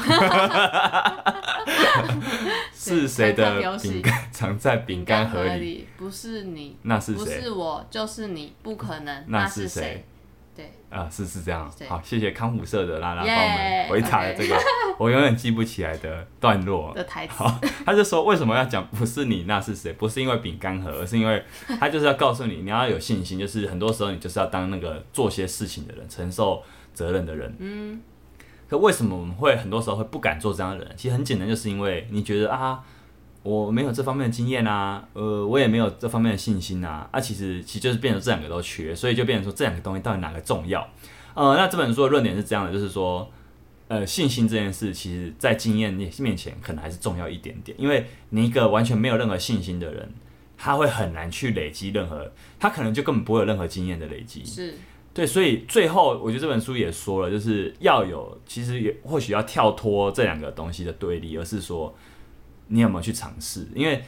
S1: 是谁
S2: 看标
S1: 的
S2: 识
S1: 饼干藏在饼干盒里，
S2: 里不是你，
S1: 那是
S2: 不
S1: 谁
S2: 是我，就是你，不可能，
S1: 那是
S2: 是
S1: 谁？
S2: 对，
S1: 啊？是是这样
S2: 对。
S1: 好，谢谢康复社的拉拉帮
S2: 耶
S1: 我们回答了
S2: OK
S1: 这 个我永远记不起来的段落。
S2: 的台词
S1: 好，他就说为什么要讲不是你那是谁？不是因为饼干盒，而是因为他就是要告诉你，你要有信心，就是很多时候你就是要当那个做些事情的人，承受责任的人。嗯。可为什么我们会很多时候会不敢做这样的人？其实很简单，就是因为你觉得啊，我没有这方面的经验啊，呃，我也没有这方面的信心啊，啊，其实其实就是变成这两个都缺，所以就变成说这两个东西到底哪个重要？呃，那这本书的论点是这样的，就是说，呃，信心这件事，其实在经验面面前可能还是重要一点点，因为你一个完全没有任何信心的人，他会很难去累积任何，他可能就根本不会有任何经验的累积。
S2: 是
S1: 对，所以最后我觉得这本书也说了，就是要有，其实也或许要跳脱这两个东西的对立，而是说你有没有去尝试，因为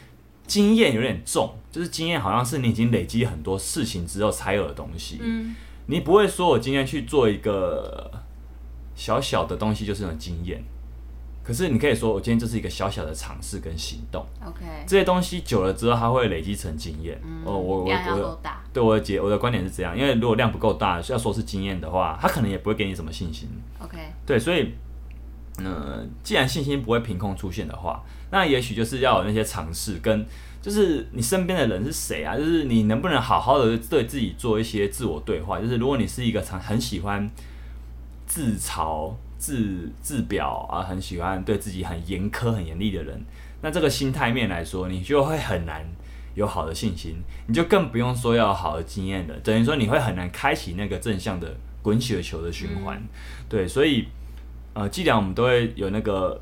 S1: 经验有点重，就是经验好像是你已经累积很多事情之后才有的东西，
S2: 嗯，
S1: 你不会说我今天去做一个小小的东西就是一种经验，可是你可以说我今天就是一个小小的尝试跟行动，
S2: OK，
S1: 这些东西久了之后它会累积成经验。
S2: 嗯，
S1: 哦，我我
S2: 量要
S1: 我
S2: 够大，
S1: 对我的解我的观点是这样，因为如果量不够大，要说是经验的话，他可能也不会给你什么信心。
S2: OK，
S1: 对，所以，呃，既然信心不会凭空出现的话，那也许就是要有那些尝试跟，就是你身边的人是谁啊？就是你能不能好好的对自己做一些自我对话？就是如果你是一个常很喜欢自嘲、自自表啊，很喜欢对自己很严苛、很严厉的人，那这个心态面来说，你就会很难。有好的信心，你就更不用说要有好的经验了。等于说你会很难开启那个正向的滚雪球的循环。对，所以呃，既然我们都会有那个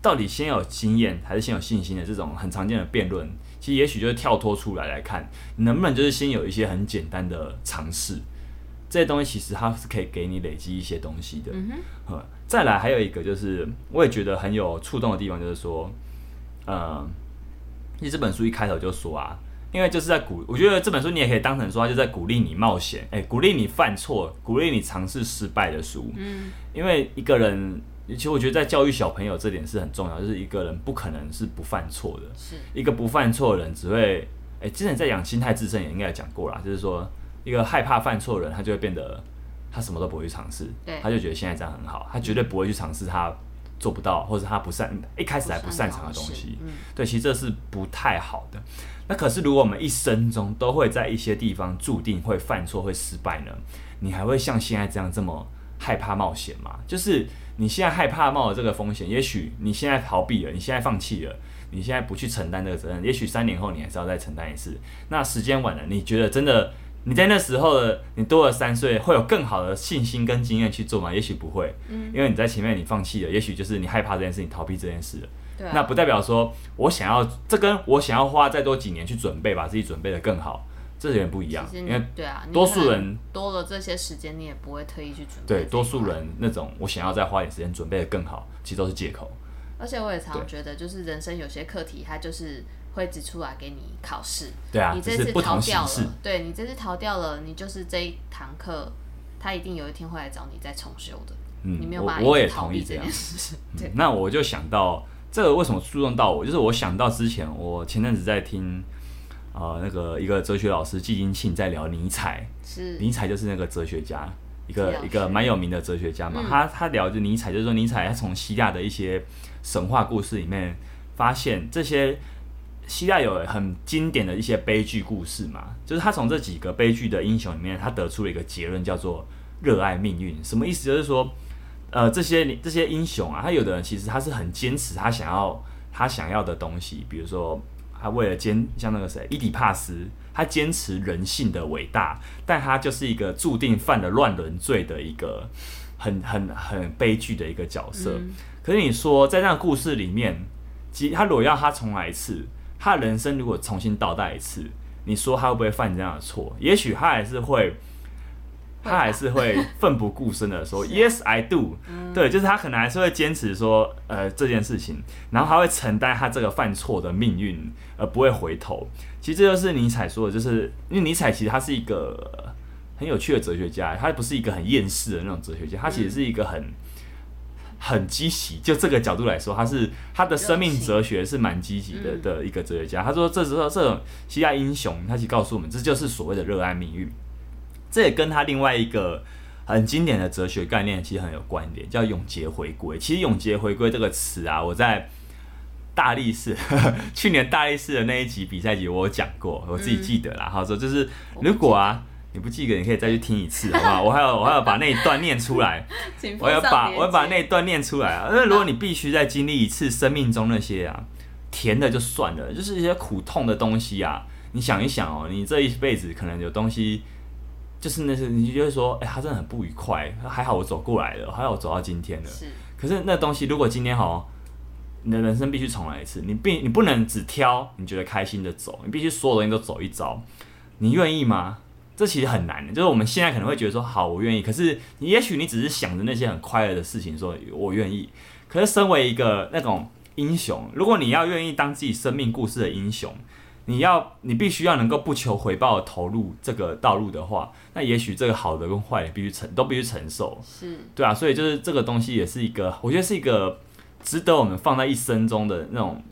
S1: 到底先有经验还是先有信心的这种很常见的辩论，其实也许就是跳脱出来来看，能不能就是先有一些很简单的尝试，这些东西其实它是可以给你累积一些东西的。
S2: 嗯哼，
S1: 呃，再来还有一个就是，我也觉得很有触动的地方，就是说，呃，其实这本书一开头就说啊，因为就是在鼓，我觉得这本书你也可以当成说，它就在鼓励你冒险，哎、鼓励你犯错，鼓励你尝试失败的书。
S2: 嗯，
S1: 因为一个人，其实我觉得在教育小朋友这点是很重要，就是一个人不可能是不犯错的，
S2: 是
S1: 一个不犯错的人只会，哎、之前在讲心态制胜也应该讲过啦，就是说一个害怕犯错的人，他就会变得他什么都不会去尝试
S2: 对，
S1: 他就觉得现在这样很好，他绝对不会去尝试他做不到或者他不擅一开始还不擅长的东西，
S2: 嗯，
S1: 对，其实这是不太好的。那可是如果我们一生中都会在一些地方注定会犯错、会失败呢？你还会像现在这样这么害怕冒险吗？就是你现在害怕冒了这个风险，也许你现在逃避了，你现在放弃了，你现在不去承担这个责任，也许三年后你还是要再承担一次。那时间晚了，你觉得真的你在那时候的你多了三岁，会有更好的信心跟经验去做吗？也许不会，
S2: 嗯，
S1: 因为你在前面你放弃了，也许就是你害怕这件事，你逃避这件事了。
S2: 对啊，
S1: 那不代表说我想要这跟我想要花再多几年去准备，把自己准备的更好，这有点不一样，
S2: 其实
S1: 因
S2: 你
S1: 为
S2: 对啊，你
S1: 多
S2: 可
S1: 数
S2: 能
S1: 人
S2: 多了这些时间，你也不会特意去准备。
S1: 对多数，人那种我想要再花点时间准备的更好，其实都是借口。
S2: 而且我也常
S1: 对
S2: 觉得，就是人生有些课题，它就是会只出来给你考试。
S1: 对啊，
S2: 你
S1: 只
S2: 这次
S1: 是不
S2: 逃
S1: 同
S2: 掉
S1: 形式
S2: 了，对你这次逃掉了，你就是这一堂课，他一定有一天会来找你再重修的。
S1: 嗯
S2: 你没有
S1: 我
S2: 办法
S1: 我
S2: 一
S1: 也
S2: 直逃
S1: 同
S2: 避
S1: 意
S2: 这
S1: 这样
S2: 件。 事。对，
S1: 那我就想到这个为什么触动到我，就是我想到之前我前阵子在听。呃，那个一个哲学老师季金庆在聊尼采，
S2: 是
S1: 尼采就是那个哲学家，一个
S2: 嗯是啊
S1: 一个蛮有名的哲学家嘛。
S2: 嗯
S1: 他他聊就尼采，就是说尼采他从希腊的一些神话故事里面发现这些希腊有很经典的一些悲剧故事嘛，就是他从这几个悲剧的英雄里面，他得出了一个结论，叫做热爱命运。什么意思？就是说，呃，这些这些英雄啊，他有的人其实他是很坚持他想要他想要的东西，比如说他为了坚像那个谁伊底帕斯，他坚持人性的伟大，但他就是一个注定犯了乱伦罪的一个很很很悲剧的一个角色。
S2: 嗯
S1: 可是你说在那个故事里面，即他如果要他重来一次，他的人生如果重新倒带一次，你说他会不会犯这样的错？也许他还是会。他还是会奋不顾身的说 “Yes, I do”，、对，就是他可能还是会坚持说，呃，这件事情，然后他会承担他这个犯错的命运，而不会回头。其实这就是尼采说的，就是因为尼采其实他是一个呃很有趣的哲学家，他不是一个很厌世的那种哲学家，他其实是一个很很积极。就这个角度来说，他是他的生命哲学是蛮积极的
S2: 嗯
S1: 的一个哲学家。他说，这时候这种希腊英雄，他其实告诉我们，这就是所谓的热爱命运。这也跟他另外一个很经典的哲学概念其实很有关联，叫永劫回归。其实“永劫回归”这个词啊，我在大力士 去年大力士的那一集比赛集我有讲过，我自己记得啦。他说就是如果啊。你不记得，你可以再去听一次，好不好？我还有，我还有把那一段念出来，
S2: 请
S1: 我要
S2: 附上
S1: 把
S2: 链
S1: 我要把
S2: 接
S1: 那一段念出来啊。那如果你必须再经历一次生命中那些啊甜的就算了，就是一些苦痛的东西啊，你想一想哦，你这一辈子可能有东西，就是那些你就会说，哎、他真的很不愉快，还好我走过来了，还好我走到今天了。
S2: 是
S1: 可是那东西如果今天好，你的人生必须重来一次，你必你不能只挑你觉得开心的走，你必须所有东西都走一遭，你愿意吗？这其实很难的，就是我们现在可能会觉得说好，我愿意，可是你也许你只是想着那些很快乐的事情，说我愿意。可是身为一个那种英雄，如果你要愿意当自己生命故事的英雄，你要你必须要能够不求回报的投入这个道路的话，那也许这个好的跟坏的必须承都必须承受。
S2: 是，
S1: 对啊，所以就是这个东西也是一个，我觉得是一个值得我们放在一生中的那种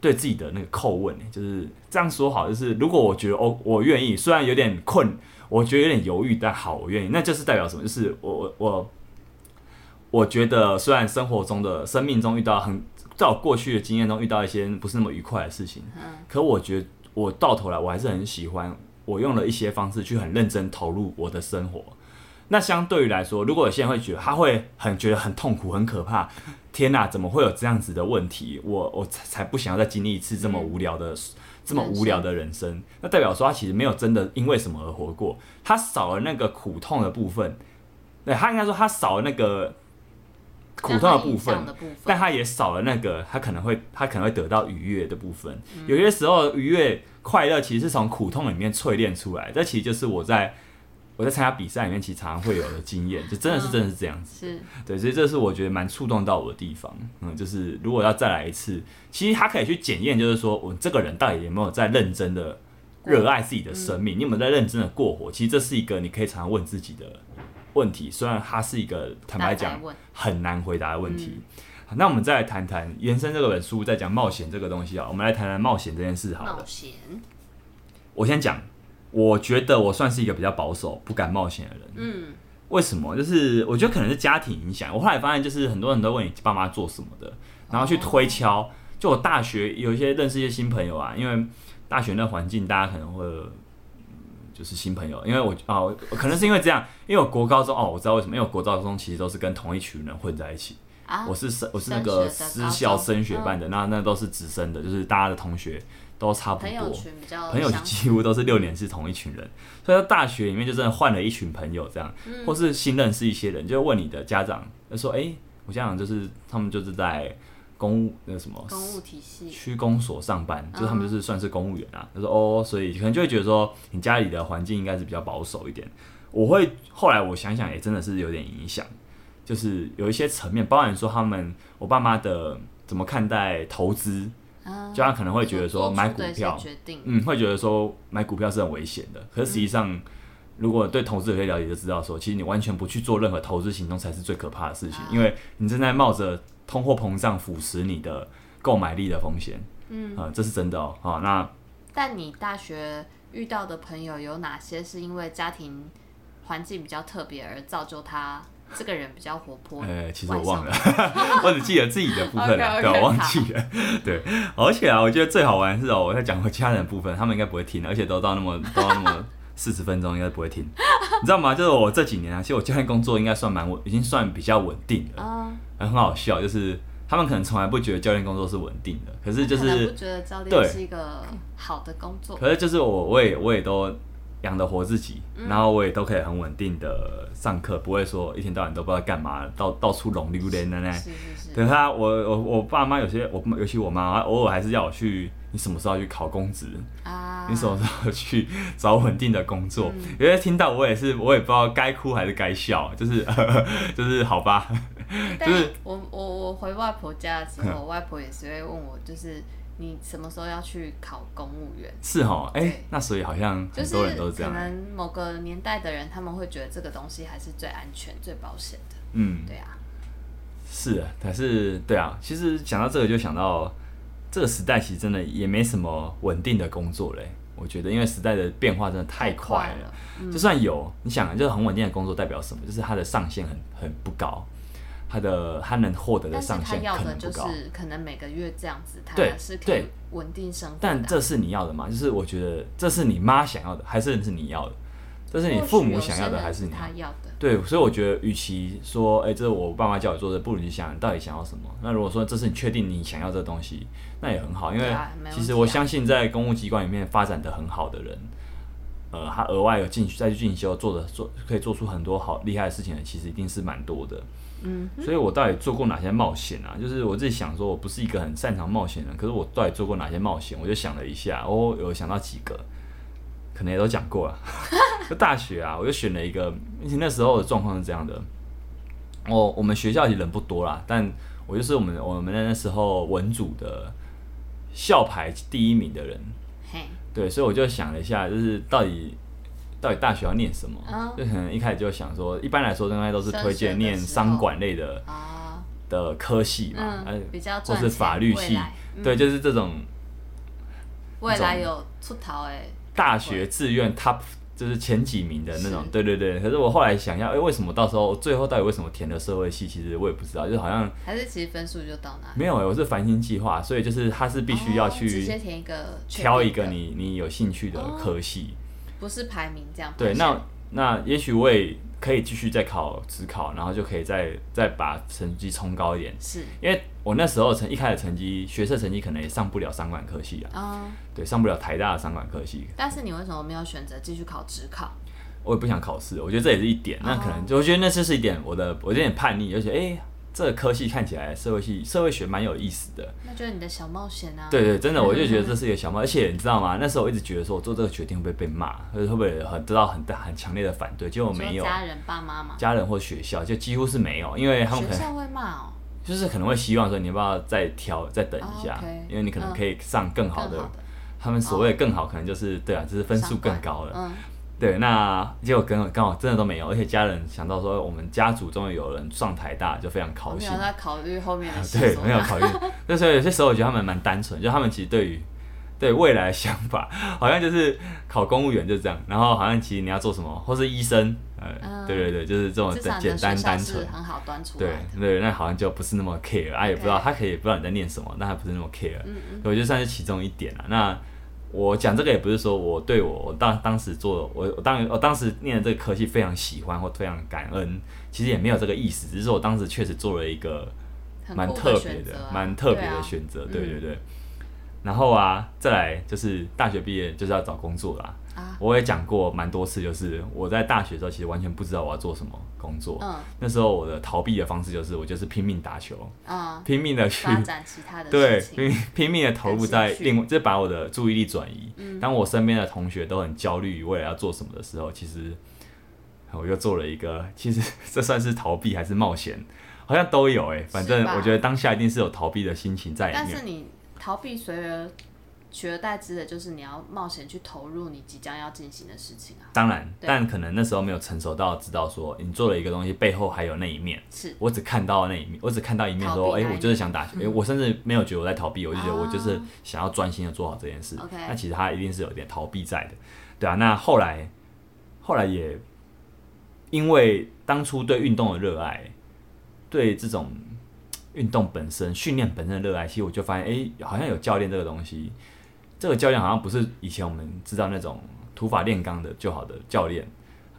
S1: 对自己的那个叩问，欸就是这样说好，就是如果我觉得哦，我愿意，虽然有点困，我觉得有点犹豫，但好，我愿意，那就是代表什么？就是我我我，我觉得虽然生活中的生命中遇到很，在我过去的经验中遇到一些不是那么愉快的事情，
S2: 嗯，
S1: 可我觉得我到头来我还是很喜欢，我用了一些方式去很认真投入我的生活。那相对于来说，如果有些人会觉得他会很觉得很痛苦、很可怕，天哪、怎么会有这样子的问题？我我才才不想要再经历一次这么无聊的、这么无聊的人生。那代表说他其实没有真的因为什么而活过，他少了那个苦痛的部分。对他应该说他少了那个 苦痛的部分
S2: 这样，的部
S1: 但
S2: 分，
S1: 他也少了那个他可能会他可能会得到愉悦的部分。有些时候愉悦快乐其实是从苦痛里面淬炼出来，这其实就是我在我在参加比赛里面其实常常会有的经验，就真的是
S2: 嗯
S1: 真的是这样子。
S2: 是
S1: 对，所以这是我觉得蛮触动到我的地方。嗯，就是如果要再来一次，其实他可以去检验，就是说我这个人到底有没有在认真的热爱自己
S2: 嗯
S1: 的生命，你有没有在认真的过活？其实这是一个你可以常常问自己的问题，虽然它是一个坦白
S2: 大
S1: 讲
S2: 白问嗯
S1: 很难回答的问题。好那我们再来谈谈延伸这本书，再讲冒险这个东西啊，我们来谈谈冒险这件事好了
S2: 冒。险，
S1: 我先讲，我觉得我算是一个比较保守、不敢冒险的人。
S2: 嗯，
S1: 为什么？就是我觉得可能是家庭影响。我后来发现，就是很多人都问你爸妈做什么的，然后去推敲。就我大学有一些认识一些新朋友啊，因为大学那环境，大家可能会嗯就是新朋友。因为我啊，哦我可能是因为这样，因为我国高中哦，我知道为什么，因为我国高中其实都是跟同一群人混在一起，
S2: 啊
S1: 我是升我是那
S2: 升
S1: 个
S2: 学的
S1: 私
S2: 高
S1: 校
S2: 中
S1: 升学班的，那那都是直升的，就是大家的同学都差不
S2: 朋友
S1: 多。
S2: 群比较
S1: 朋友
S2: 相
S1: 几乎都是六年是同一群人，所以到大学里面就真的换了一群朋友，这样，
S2: 嗯
S1: 或是新认识一些人，就问你的家长，就说，哎、我家长就是他们就是在公务那什么
S2: 公务体系，
S1: 区公所上班，就是他们
S2: 嗯
S1: 就是算是公务员啊。他说哦，所以可能就会觉得说你家里的环境应该是比较保守一点。我会后来我想想，也真的是有点影响，就是有一些层面，包含说他们我爸妈的怎么看待投资，
S2: 嗯，
S1: 就他可能会觉得
S2: 做
S1: 说
S2: 出
S1: 买股
S2: 对一些
S1: 票，
S2: 决定，
S1: 嗯，会觉得说买股票是很危险的。可是实际上，如果对投资有些了解，就知道说，其实你完全不去做任何投资行动才是最可怕的事情，
S2: 啊
S1: 因为你正在冒着通货膨胀腐蚀你的购买力的风险。嗯、这是真的哦。好、那
S2: 但你大学遇到的朋友有哪些是因为家庭环境比较特别而造就他这个人比较活泼？
S1: 呃，其实我忘了， 我只记得自己的部分了，对，
S2: OK，OK，
S1: 我忘
S2: 好
S1: 记了。对，而且啊，我觉得最好玩的是哦，我在讲我家人的部分，他们应该不会听，而且都到那么都到那 么四十分钟，应该不会听。你知道吗？就是我这几年啊，其实我教练工作应该算蛮稳，已经算比较稳定了。
S2: 啊，
S1: 很好笑，就是他们可能从来不觉得教练工作是稳定的，可是就
S2: 可能
S1: 是
S2: 不，觉得教
S1: 对
S2: 练是一个好的工作，
S1: 可是就是我我也我也都养得活自己，
S2: 嗯
S1: 然后我也都可以很稳定的上课，不会说一天到晚都不知道干嘛，到到处拢溜连的呢。
S2: 是是是，
S1: 等他，我我我爸妈有些，我尤其我妈偶尔还是要我去，你什么时候要去考公职？
S2: 啊，
S1: 你什么时候去找稳定的工作？因为听到我也是，我也不知道该哭还是该笑，就是 就是好吧，
S2: 但
S1: 就是嗯
S2: 我我我回外婆家的时候，我外婆也是会问我，就是你什么时候要去考公务员？
S1: 是哦，哎、
S2: 对
S1: 那所以好像
S2: 就
S1: 很
S2: 是
S1: 多人都是这样
S2: 可，能某个年代的人，他们会觉得这个东西还是最安全、最保险的，
S1: 嗯，
S2: 对啊，
S1: 是，但是对啊，其实讲到这个就想到这个时代，其实真的也没什么稳定的工作嘞。我觉得，因为时代的变化真的太快了，
S2: 了，
S1: 就算有，你想啊，就是很稳定的工作代表什么？就是它的上限很很不高，它的它能获得的
S2: 但是
S1: 上
S2: 他
S1: 限
S2: 要
S1: 可
S2: 的
S1: 能
S2: 就
S1: 不高。
S2: 是可能每个月这样子，他
S1: 对
S2: 是可以
S1: 对
S2: 稳定生活的啊，
S1: 但这是你要的吗？就是我觉得这是你妈想要的，还是是你要的？这是你父母想要的，还
S2: 或
S1: 是
S2: 许有
S1: 你
S2: 些人
S1: 要的
S2: 他要的？
S1: 对，所以我觉得，与其说，哎、这是我爸妈叫我做的，不如你想你到底想要什么。那如果说这是你确定你想要这个东西，那也很好，因为
S2: 对啊没问
S1: 其实
S2: 题
S1: 我
S2: 啊
S1: 相信在公务机关里面发展的很好的人，呃，他额外有进去再去进修，做的做可以做出很多好厉害的事情的，其实一定是蛮多的。
S2: 嗯，
S1: 所以我到底做过哪些冒险啊？就是我自己想说，我不是一个很擅长冒险的人，可是我到底做过哪些冒险？我就想了一下，哦，有想到几个，可能也都讲过了。 就大学啊，我就选了一个，而且那时候的状况是这样的，哦，我们学校里人不多啦，但我就是我们我们那时候文组的校排第一名的人，
S2: 嘿，
S1: 对，所以我就想了一下，就是到底到底大学要念什么，
S2: 嗯
S1: 就可能一开始就想说，一般来说应该都是推荐念
S2: 升学的时候
S1: 商管类的
S2: 啊，
S1: 的科系嘛，呃
S2: 嗯，比较
S1: 或
S2: 赚
S1: 是
S2: 钱
S1: 法律
S2: 未
S1: 系
S2: 来，嗯
S1: 对，就是这种
S2: 未
S1: 那
S2: 来
S1: 种
S2: 有出逃哎，
S1: 大学志愿 top 就是前几名的那种，对对对。可是我后来想一下，哎、为什么到时候最后到底为什么填了社会系？其实我也不知道，就是好像
S2: 还是其实分数就到哪里，
S1: 没有、哎我是繁星计划，所以就是他是必须要
S2: 哦直接
S1: 去
S2: 填一个确
S1: 挑一
S2: 定
S1: 个
S2: 的
S1: 你你有兴趣的
S2: 哦
S1: 科系。
S2: 不是排名这样
S1: 对，
S2: 排
S1: 那
S2: 序
S1: 那也许我也可以继续再考职考，然后就可以再再把成绩冲高一点。
S2: 是
S1: 因为我那时候成一开始成绩，学测成绩可能也上不了商管科系啊，
S2: 嗯，
S1: 对，上不了台大的商管科系，
S2: 但是你为什么没有选择继续考职考？
S1: 我也不想考试，我觉得这也是一点。那可
S2: 哦
S1: 能就我觉得那就是一点我的，我有点叛逆，而且哎、诶这个科系看起来社会系社会学蛮有意思的，
S2: 那就是你的小冒险啊。
S1: 对对，真的，我就觉得这是一个小猫，而且你知道吗？那时候我一直觉得说我做这个决定会不会被骂，会不会很得到很大很强烈的反对，结果
S2: 你说
S1: 没有。
S2: 家人爸妈嘛，
S1: 家人或学校就几乎是没有，因为他们
S2: 学
S1: 可能
S2: 校会骂哦。
S1: 就是可能会希望说你要不要再挑再等一下，
S2: 哦，OK
S1: 因为你可能可以上更好的，
S2: 更好哦的
S1: 他们所谓的更好可能就是对啊，就是分数更高了。
S2: 嗯，
S1: 对，那结果刚好刚好真的都没有，而且家人想到说我们家族终于有人上台大，就非常
S2: 我
S1: 高
S2: 哦没
S1: 兴
S2: 有。在考虑 后面的事。
S1: 啊
S2: 啊
S1: 对，
S2: 怎么
S1: 没有
S2: 办
S1: 考虑。那时候有些时候我觉得他们蛮单纯，就他们其实对于对未来的想法，好像就是考公务员就是这样，然后好像其实你要做什么，或是医生，呃，
S2: 嗯
S1: 对对对，就是这种
S2: 至少你
S1: 简
S2: 的学
S1: 单
S2: 校
S1: 单
S2: 是
S1: 纯。
S2: 很好端出来
S1: 对
S2: 的。
S1: 对，那好像就不是那么 care，啊，也不知道
S2: OK
S1: 他可以不知道你在念什么，那还不是那么 care，
S2: 嗯嗯，
S1: 所以我就算是其中一点了、那我讲这个也不是说我对我我当当时做我我当我当时念的这个科系非常喜欢或非常感恩，其实也没有这个意思，只是说我当时确实做了一个
S2: 很
S1: 蛮
S2: 酷
S1: 特别
S2: 选择
S1: 的
S2: 啊，
S1: 蛮特别
S2: 对
S1: 的
S2: 啊
S1: 选择，对
S2: 嗯
S1: 对对。然后啊，再来就是大学毕业就是要找工作啦。
S2: 啊，
S1: 我也讲过蛮多次，就是我在大学的时候其实完全不知道我要做什么工作。
S2: 嗯
S1: 那时候我的逃避的方式就是我就是拼命打球，
S2: 嗯，
S1: 拼命的去
S2: 发展其他的
S1: 对
S2: 事，情，
S1: 拼拼命的投入在
S2: 跟兴趣嗯
S1: 另外，就是把我的注意力转移。当我身边的同学都很焦虑未来要做什么的时候，其实我又做了一个， 其实这算是逃避还是冒险，好像都有哎、反正
S2: 是吧
S1: 我觉得当下一定是有逃避的心情在
S2: 但
S1: 里
S2: 是
S1: 面。
S2: 你逃避随而取而代之的就是你要冒险去投入你即将要进行的事情啊，
S1: 当然，
S2: 对
S1: 但可能那时候没有成熟到知道说你做了一个东西背后还有那一面。
S2: 是
S1: 我只看到那一面，我只看到一面说，
S2: 逃
S1: 哎、
S2: 避那一面嗯
S1: 我就是想打球，哎、我甚至没有觉得我在逃避，我就觉得我
S2: 啊
S1: 就是想要专心的做好这件事。
S2: OK
S1: 那其实他一定是有点逃避在的，对啊。那后来，后来也因为当初对运动的热爱，对这种运动本身、训练本身的热爱，其实我就发现，哎、好像有教练这个东西。这个教练好像不是以前我们知道那种土法炼钢的就好的教练，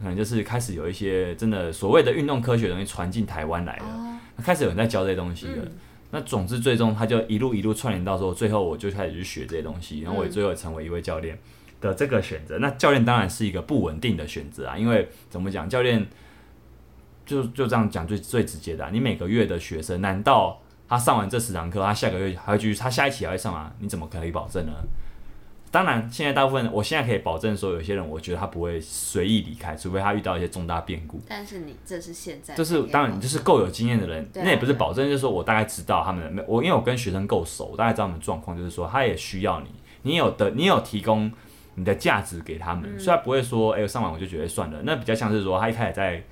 S1: 可能就是开始有一些真的所谓的运动科学的东西传进台湾来了。
S2: 啊，
S1: 开始有人在教这些东西
S2: 嗯
S1: 了。那总之，最终他就一路一路串联到说，最后我就开始去学这些东西，然后我也最后也成为一位教练的这个选择。那教练当然是一个不稳定的选择啊，因为怎么讲，教练就就这样讲最最直接的啊、你每个月的学生，难道他上完这十堂课，他下个月还会继续，他下一期还会上啊？你怎么可以保证呢？当然，现在大部分我现在可以保证说，有些人我觉得他不会随意离开，除非他遇到一些重大变故。
S2: 但是你这是现在，
S1: 就是当然，你就是够有经验的人，
S2: 对啊
S1: 那也不是保证，就是说我大概知道他们的，我因为我跟学生够熟，我大概知道他们的状况，就是说他也需要你，你有的，你有提供你的价值给他们，
S2: 嗯
S1: 所以他不会说，哎、上完我就觉得算了，那比较像是说他一开始在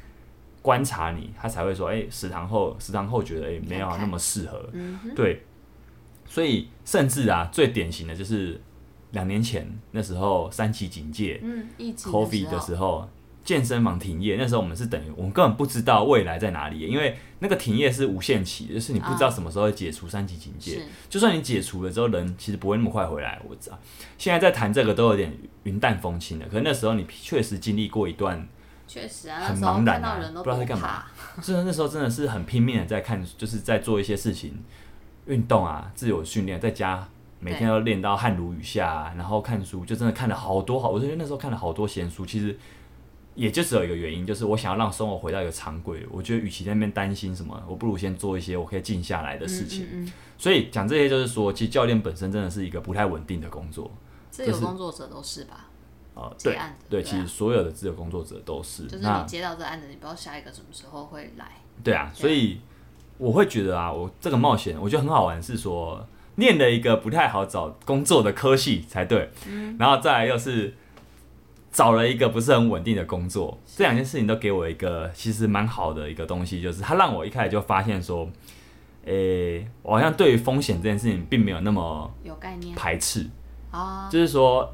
S1: 观察你，他才会说，哎、食堂后食堂后觉得，哎、没有
S2: 看
S1: 那
S2: 看
S1: 么适合，
S2: 嗯
S1: 对，所以甚至啊，最典型的就是两年前那时候三级警戒，
S2: 嗯，疫情
S1: COVID
S2: 的
S1: 的
S2: 时
S1: 时候，健身房停业，那时候我们是等于我们根本不知道未来在哪里，因为那个停业是无限期，就是你不知道什么时候会解除三级警
S2: 候
S1: 戒。
S2: 是
S1: 就算你解除了之后，人其实不会那么快回来。我知道，现在在谈这个都有点云淡风轻了，可是那时候你确实经历过一段
S2: 确实啊，那
S1: 很
S2: 时候
S1: 茫然
S2: 看
S1: 啊
S2: 到人
S1: 不
S2: 都
S1: 知道在
S2: 多
S1: 干嘛
S2: 怕
S1: 真的那时候真的是很拼命的在看，就是在做一些事情，运动啊，自由训练，在家每天要练到汗如雨下、啊，然后看书，就真的看了好多好，我觉得那时候看了好多闲书，其实。也就只有一个原因，就是我想要让生活回到一个常规。我觉得，与其在那边担心什么，我不如先做一些我可以静下来的事情。
S2: 嗯嗯嗯
S1: 所以讲这些，就是说，其实教练本身真的是一个不太稳定的工作。
S2: 自
S1: 就
S2: 由
S1: 是
S2: 工作者都是吧？
S1: 呃，
S2: 接
S1: 对
S2: 案的
S1: 对，
S2: 对啊
S1: 其实所有的自由工作者都是。
S2: 就是
S1: 那
S2: 你接到这案子，你不知道下一个什么时候会来。
S1: 对啊，
S2: 对
S1: 所以我会觉得啊，我这个冒险我觉得很好玩，是说念了一个不太好找工作的科系才对，然后再来又是找了一个不是很稳定的工作，这两件事情都给我一个其实蛮好的一个东西，就是它让我一开始就发现说，诶、我好像对于风险这件事情并没有那么
S2: 有概念
S1: 排斥，
S2: 啊，
S1: 就是说，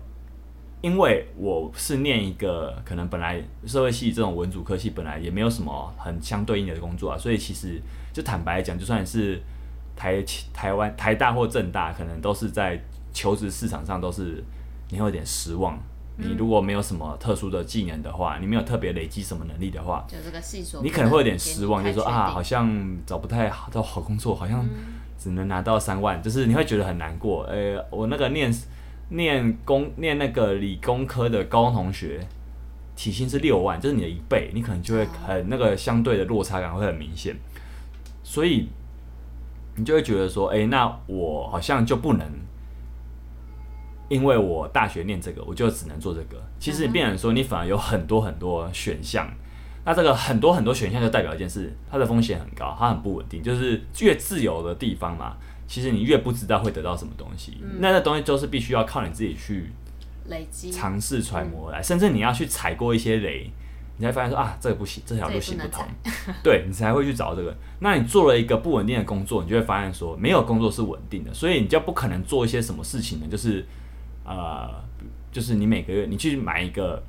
S1: 因为我是念一个可能本来社会系这种文组科系本来也没有什么很相对应的工作啊，所以其实就坦白讲，就算是台台湾台大或政大，可能都是在求职市场上都是你会有点失望。你如果没有什么特殊的技能的话，你没有特别累积什么能力的话，
S2: 就这个细数，
S1: 你可能会有点失望，就说啊，好
S2: 像
S1: 像找不太好到好工作，好像只能拿到三万，就是你会觉得很难过。呃，我那个念念工念那个理工科的高中同学，起薪是六万，就是你的一倍，你可能就会很那个相对的落差感会很明显，所以你就会觉得说，哎、那我好像就不能。因为我大学念这个，我就只能做这个。其实你变成说，你反而有很多很多选项，那这个很多很多选项就代表一件事，它的风险很高，它很不稳定。就是越自由的地方嘛，其实你越不知道会得到什么东西。那那东西就是必须要靠你自己去
S2: 累积
S1: 尝试揣摩来，甚至你要去踩过一些雷，你才发现说啊，这个不行，这条
S2: 这
S1: 路
S2: 也
S1: 行
S2: 不
S1: 不
S2: 能
S1: 通，对你才会去找这个。 那你做了一个不稳定的工作，你就会发现说没有工作是稳定的，所以你就不可能做一些什么事情呢？就是呃，就是你每个月你去买一个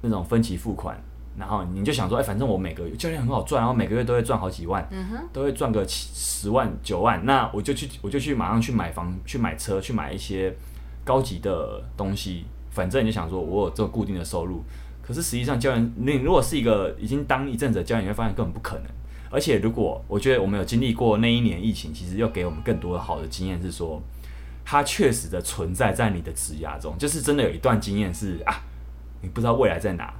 S1: 那种分期付款。然后你就想说，哎，反正我每个月教练很好赚，然后每个月都会赚好几万，
S2: 嗯哼，
S1: 都会赚个七十万九万，那我就去我就去马上去买房、去买车、去买一些高级的东西。反正你就想说，我有这个固定的收入，可是实际上教练，你如果是一个已经当一阵子的教练，你会发现根本不可能。而且如果我觉得我们有经历过那一年疫情，其实又给我们更多的好的经验是说，它确实的存在在你的职涯中，就是真的有一段经验是啊，你不知道未来在哪。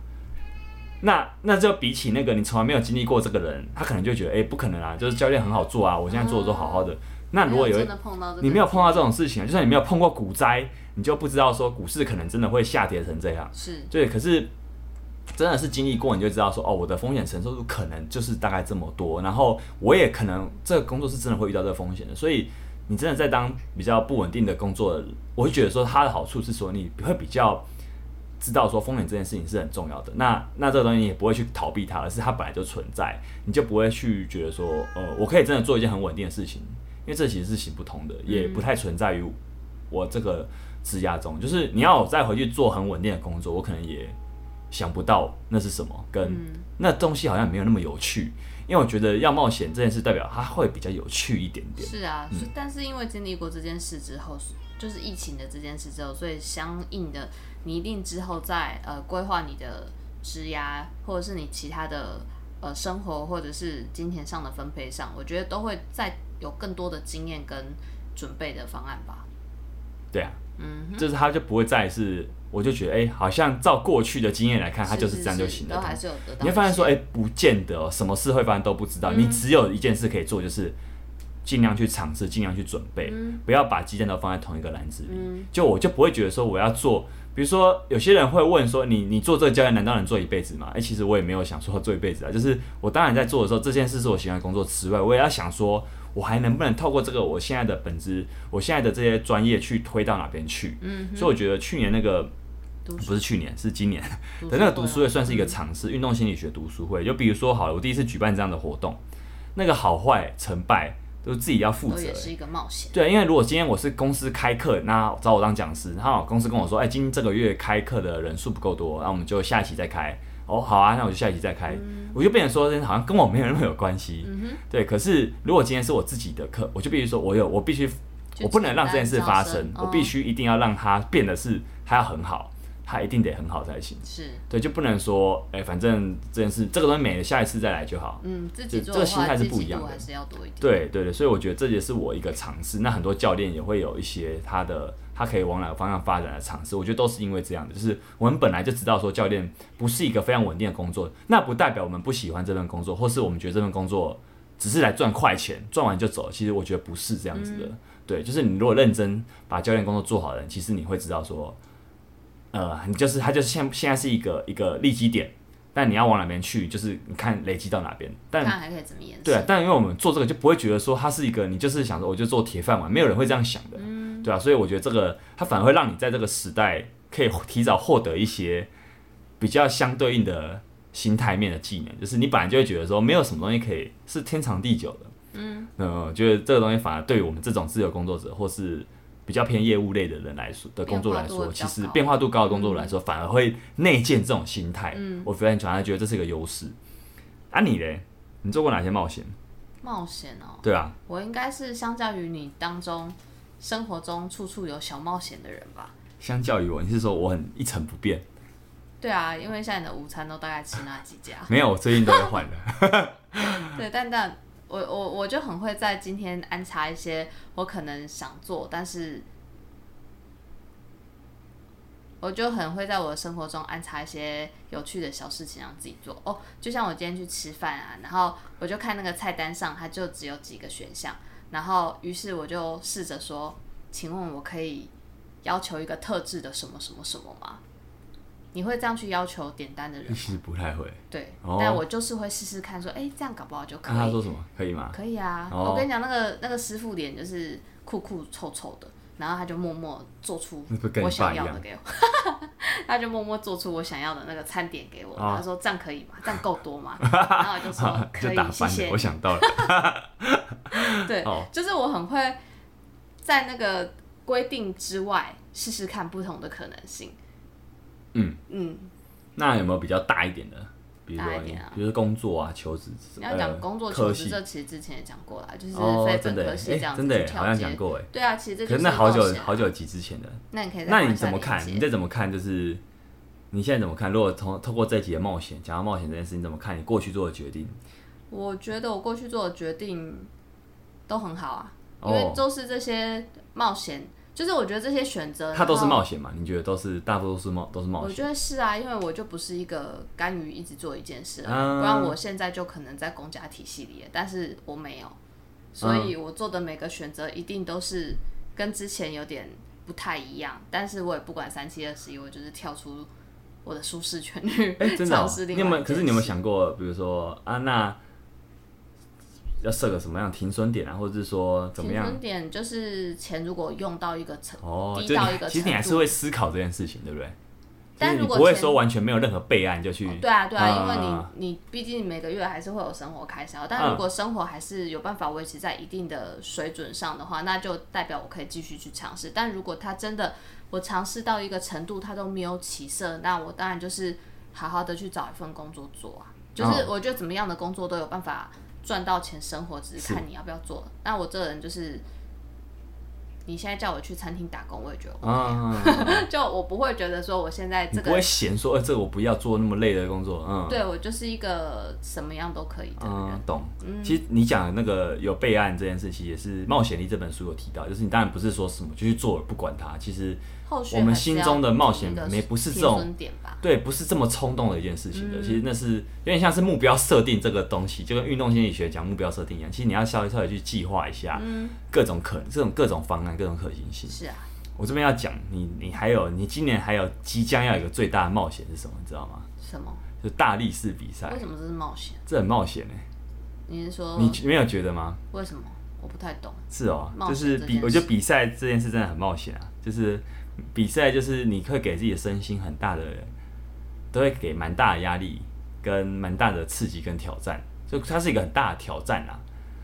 S1: 那那就比起那个你从来没有经历过这个人，他可能就觉得哎、不可能啊，就是教练很好做啊，我现在做的都好好的。那如果有一
S2: 真的碰到这个，
S1: 你没有碰到这种事情，啊就算你没有碰过股灾，你就不知道说股市可能真的会下跌成这样。
S2: 是
S1: 对，可是真的是经历过，你就知道说，哦，我的风险承受度可能就是大概这么多，然后我也可能这个工作是真的会遇到这个风险的，所以你真的在当比较不稳定的工作的人，我会觉得说它的好处是说你会比较。知道说风险这件事情是很重要的，那那这个东西你也不会去逃避它，而是它本来就存在，你就不会去觉得说，呃，我可以真的做一件很稳定的事情，因为这其实是行不通的，也不太存在于我这个职涯中，就是你要我再回去做很稳定的工作，我可能也想不到那是什么，跟、那东西好像没有那么有趣。因为我觉得要冒险这件事，代表它会比较有趣一点点。
S2: 是啊，
S1: 嗯
S2: 是但是因为经历过这件事之后，就是疫情的这件事之后，所以相应的你一定之后在呃规划你的职涯，或者是你其他的呃生活或者是金钱上的分配上，我觉得都会再有更多的经验跟准备的方案吧。
S1: 对啊，
S2: 嗯，
S1: 就是它就不会再是，我就觉得哎、好像照过去的经验来看，它就是这样就行了。
S2: 都还是有得到。
S1: 你会发现说，哎、，不见得、哦、什么事会发生都不知道，你
S2: 嗯
S1: 只有一件事可以做，就是尽量去尝试，尽量去准备，
S2: 嗯
S1: 不要把鸡蛋都放在同一个篮子里。就我就不会觉得说我要做，比如说有些人会问说，你你做这个教练难道能做一辈子吗？哎、其实我也没有想说要做一辈子啊，就是我当然在做的时候，这件事是我喜欢的工作之外，我也要想说。我还能不能透过这个我现在的本职，我现在的这些专业去推到哪边去？
S2: 嗯，
S1: 所以我觉得去年那个
S2: 读
S1: 不是去年，是今年，
S2: 读书
S1: 的那个
S2: 会
S1: 读
S2: 啊
S1: 书会算是一个尝试，运动心理学读书会。就比如说好了，我第一次举办这样的活动，那个好坏成败都是自己要负
S2: 都
S1: 责
S2: 哦也
S1: 的。
S2: 是一个冒险。
S1: 对，因为如果今天我是公司开课，那找我当讲师，然后公司跟我说，哎，今这个月开课的人数不够多，那我们就下一期再开。哦，好啊，那我就下一期再开。
S2: 嗯
S1: 我就变成说，好像跟我没有那么有关系。对，可是如果今天是我自己的课，我就必须说，我有，我必须，
S2: 去
S1: 我不能让这件事发
S2: 承
S1: 生
S2: 担，
S1: 我
S2: 哦
S1: 必须一定要让它变得是它要很好，它一定得很好才行。
S2: 是，
S1: 对，就不能说，哎、反正这件事这个东西没了，下一次再来就好。
S2: 嗯，自己
S1: 这
S2: 做
S1: 这
S2: 的
S1: 个心
S2: 话，
S1: 态是
S2: 自
S1: 不
S2: 己
S1: 一样
S2: 度
S1: 的
S2: 还是要多一点。
S1: 对对对，所以我觉得这也是我一个尝试。那很多教练也会有一些他的他可以往哪个方向发展的尝试，我觉得都是因为这样的，就是我们本来就知道说教练不是一个非常稳定的工作，那不代表我们不喜欢这份工作，或是我们觉得这份工作只是来赚快钱，赚完就走。其实我觉得不是这样子的。
S2: 嗯
S1: 对，就是你如果认真把教练工作做好了，其实你会知道说，呃，你就是他就是现现在是一个一个利基点，但你要往哪边去，就是你看累积到哪边，但
S2: 看还可以怎么延伸。
S1: 对啊，但因为我们做这个就不会觉得说它是一个，你就是想说我就做铁饭碗，没有人会这样想的，对啊，所以我觉得这个它反而会让你在这个时代可以提早获得一些比较相对应的心态面的技能，就是你本来就会觉得说没有什么东西可以是天长地久的，嗯，那我觉得这个东西反而对于我们这种自由工作者或是比较偏业务类的人来说的工作来
S2: 变化度
S1: 说，
S2: 会比较
S1: 其实
S2: 高嗯
S1: 变化度高的工作来说，反而会内建这种心态，嗯，我非常强，觉得这是一个优势。啊，你嘞？你做过哪些冒险？
S2: 冒险哦，
S1: 对啊，
S2: 我应该是相较于你当中生活中处处有小冒险的人吧。
S1: 相较于我，你是说我很一成不变？。
S2: 对啊，因为现在你的午餐都大概吃那几家
S1: 没有，我最近都在换了。
S2: 对，但但我我我就很会在今天安插一些我可能想做，但是我就很会在我的生活中安插一些有趣的小事情让自己做。哦，就像我今天去吃饭啊，然后我就看那个菜单上，它就只有几个选项，然后于是我就试着说：“请问我可以要求一个特制的什么什么什么吗？”你会这样去要求点单的人
S1: 其？实不太会。
S2: 对，
S1: 哦
S2: 但我就是会试试看，说，哎、这样搞不好就可
S1: 看
S2: 以。
S1: 他说什么，可以吗？
S2: 可以啊，
S1: 哦
S2: 我跟你讲，那个那个师傅脸就是酷酷臭臭的，然后他就默默做出
S1: 那不跟
S2: 我
S1: 你爸
S2: 想
S1: 一
S2: 要
S1: 样
S2: 的给我， 他就默默做出我想要的那个餐点给我，
S1: 哦
S2: 他说这样可以吗？这样够多吗？然后我就说可
S1: 就打
S2: 以，谢
S1: 翻
S2: 谢
S1: 了。我。想到了，
S2: 对
S1: 哦，
S2: 就是我很会在那个规定之外试试看不同的可能性。
S1: 嗯
S2: 嗯，
S1: 那有没有比较大一点的？比如
S2: 大
S1: 说
S2: 一
S1: 你，
S2: 点啊
S1: 比如说工作啊、求职，
S2: 你要讲工作
S1: 呃
S2: 求
S1: 科
S2: 职，
S1: 系
S2: 这其实之前也讲过啦，就是
S1: 哦
S2: 非，本
S1: 真的
S2: 科
S1: 耶，
S2: 系这
S1: 哎，
S2: 样
S1: 真
S2: 子
S1: 的
S2: 去
S1: 耶，好
S2: 调
S1: 像
S2: 节
S1: 讲。过哎。
S2: 对啊，其实这
S1: 可
S2: 就是是
S1: 那好久
S2: 冒险啊
S1: 好久集之前的，
S2: 那你可以再
S1: 那
S2: 放
S1: 你
S2: 一下
S1: 怎么
S2: 链
S1: 看？
S2: 接
S1: 你再怎么看？就是你现在怎么看？如果通透过这一集的冒险，讲到冒险这件事，你怎么看你过去做的决定？
S2: 我觉得我过去做的决定都很好啊，因为
S1: 哦，
S2: 都是这些冒险，就是我觉得这些选择，
S1: 它都是
S2: 呃然后
S1: 冒险嘛？你觉得都是大多数冒都是冒
S2: 我
S1: 险？
S2: 觉得是啊，因为我就不是一个甘于一直做一件事的人，
S1: 啊
S2: 不然我现在就可能在公家体系里了，但是我没有，所
S1: 嗯
S2: 以我做的每个选择一定都是跟之前有点不太一样，但是我也不管三七二十一，我就是跳出我的舒适圈去
S1: 哎、真的、哦
S2: 嗯尝，试
S1: 你
S2: 另
S1: 有
S2: 外
S1: 没
S2: 一
S1: 有？可是
S2: 件
S1: 你有没有
S2: 事
S1: 想过，比如说啊，那要设个什么样的停损点啊，或者是说怎么
S2: 停
S1: 样？
S2: 损点就是钱如果用到一个程，
S1: 哦，
S2: 低
S1: 就
S2: 到
S1: 你
S2: 一个
S1: 其实你还
S2: 程
S1: 是会思考这件事情，对不对？
S2: 但
S1: 就是
S2: 如
S1: 你
S2: 果
S1: 不会
S2: 钱
S1: 说完全没有任何备案就去。
S2: 对啊，对啊，因为
S1: 啊
S2: 你你毕竟每个月还是会有生活开销，但如果生活还是有办法维持在一定的水准上的话，那就代表我可以继续去尝试。但如果他真的我尝试到一个程度，他都没有起色，那我当然就是好好的去找一份工作做啊。就是我觉得怎么样的工作都有办法赚到钱生活，只是看你要不要做。那我这人就是，你现在叫我去餐厅打工，我也觉得 我，
S1: 啊，
S2: 就我不会觉得说我现在
S1: 你
S2: 哦这
S1: 不
S2: 个
S1: 会嫌说，呃，这个我不要做那么累的工作，嗯，
S2: 对我就是一个什么样都可以的
S1: 嗯
S2: 人。，
S1: 懂。其实你讲的那个有备案这件事情，也是《冒险力》这本书有提到，就是你当然不是说什么就去做了不管它，其实
S2: 后续
S1: 我们
S2: 还是
S1: 心
S2: 要
S1: 中的冒险
S2: 有一个
S1: 没不是这
S2: 停
S1: 种
S2: 损点吧？
S1: 对，不是这么冲动的一件事情
S2: 嗯
S1: 的。其实那是有点像是目标设定这个东西，就跟运动心理学讲目标设定一样。其实你要稍微稍微去计划一下，
S2: 嗯
S1: 各种可能、这种各种方案、各种可行性。
S2: 是啊，
S1: 我这边要讲，你你还有你今年还有即将要有一个最大的冒险是什么？你知道吗？
S2: 什么？
S1: 就大力士比赛
S2: 为，什么这是冒险？
S1: 这很冒险呢、欸
S2: 你是说
S1: 你没有觉得吗？
S2: 为什么？我不太懂。
S1: 是哦，
S2: 冒
S1: 就
S2: 险
S1: 是
S2: 这
S1: 比
S2: 件
S1: 我觉得
S2: 事
S1: 比赛这件事真的很冒险啊，就是比赛就是你会给自己的身心很大的，都会给蛮大的压力，跟蛮大的刺激跟挑战，就它是一个很大的挑战啊。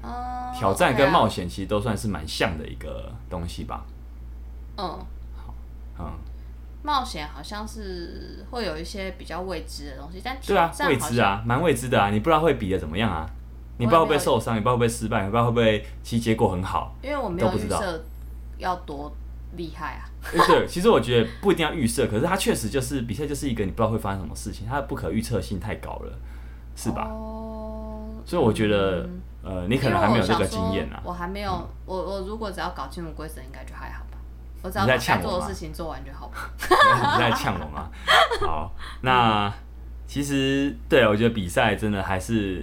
S2: 哦，
S1: 挑战跟冒
S2: 险，
S1: 险其实都算是蛮像的一个东西吧，
S2: 嗯，
S1: 嗯，
S2: 冒险好像是会有一些比较未知的东西，但
S1: 对啊，
S2: 挑战
S1: 未
S2: 好
S1: 知
S2: 像，
S1: 啊，蛮未知的啊，你不知道会比的怎么样啊，你
S2: 我也
S1: 不知道
S2: 没
S1: 会不会
S2: 有
S1: 受伤，你不知道会不会失败，你不知道会不会其实结果很好，
S2: 因为我没
S1: 都
S2: 有
S1: 不知
S2: 预
S1: 道
S2: 设要多厉害啊。
S1: 欸对，其实我觉得不一定要预设，可是它确实就是比赛，就是一个你不知道会发生什么事情，它的不可预测性太高了，是吧？
S2: 哦，
S1: 所以我觉得，呃，你可能还没有这个经验啊
S2: 因为我想说。我还没有，我我如果只要搞清楚规则，应该就还好吧。我只要
S1: 你在
S2: 把
S1: 呛
S2: 该
S1: 我
S2: 做的
S1: 吗
S2: 事情做完就好吧。
S1: 你在呛我吗？ 好，那其实对啊我觉得比赛真的还是，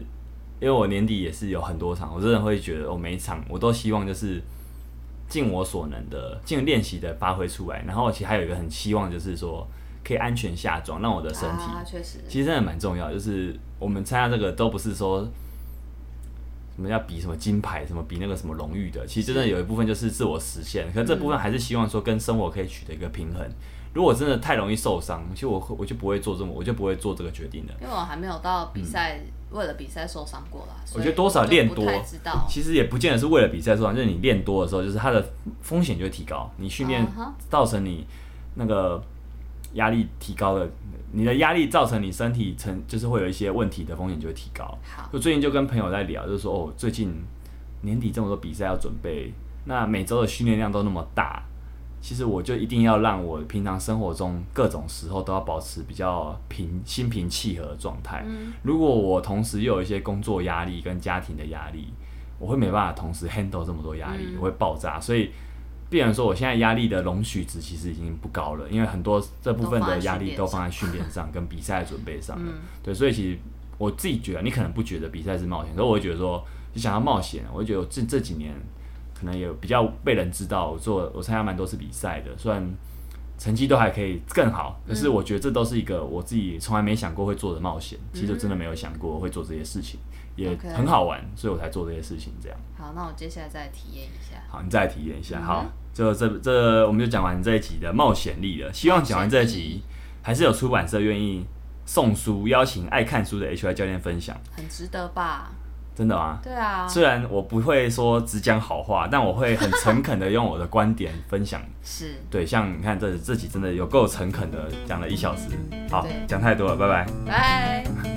S1: 因为我年底也是有很多场，我真的会觉得我哦每一场我都希望就是尽我所能的尽练习的发挥出来，然后其实还有一个很希望就是说可以安全下装，让我的身体
S2: 啊，确实，
S1: 其实真的蛮重要的，就是我们参加这个都不是说什么要比什么金牌，什么比那个什么荣誉的，其实真的有一部分就是自我实现，可是这部分还是希望说跟生活可以取得一个平衡。如果真的太容易受伤，其实我我就不会做这么，我就不会做这个决定的。
S2: 因为我还没有到比赛，为了比赛受伤过啦。所
S1: 嗯
S2: 以
S1: 我觉得多少练
S2: 就不太
S1: 多
S2: 知道。
S1: 其实也不见得是为了比赛受伤，就是你练多的时候，就是它的风险就会提高，你训练
S2: 嗯哼
S1: 造成你那个压力提高了，你的压力造成你身体成就是会有一些问题的风险就会提高。
S2: 好，
S1: 我最近就跟朋友在聊，就是说哦，最近年底这么多比赛要准备，那每周的训练量都那么大，其实我就一定要让我平常生活中各种时候都要保持比较平心平气和的状态。
S2: 嗯
S1: 如果我同时又有一些工作压力跟家庭的压力，我会没办法同时 handle 这么多压力，
S2: 嗯
S1: 我会爆炸。所以，必然说我现在压力的容许值其实已经不高了，因为很多这部分的压力都放在训练上跟比赛准备上了。对，所以其实我自己觉得，你可能不觉得比赛是冒险，可是我会觉得说，就想要冒险，我会觉得我这这几年可能也比较被人知道，我做我参加蛮多次比赛的，虽然成绩都还可以更好，可是我觉得这都是一个我自己从来没想过会做的冒险。其实我真的没有想过会做这些事情，也
S2: OK
S1: 很好玩，所以我才做这些事情。这样，
S2: 好，那我接下来再体验一下。
S1: 好，你再来体验一下。
S2: 嗯
S1: 好，就这这我们就讲完这一集的冒险力了。希望讲完这一
S2: 冒险
S1: 集，还是有出版社愿意送书，邀请爱看书的 HY 教练分享。
S2: 很值得吧？
S1: 真的吗？
S2: 对啊，
S1: 虽然我不会说只讲好话，但我会很诚恳的用我的观点分享
S2: 是。
S1: 对，像你看这这集真的有够诚恳的讲了一小时，好
S2: 对，
S1: 讲太多了，拜拜。
S2: 拜。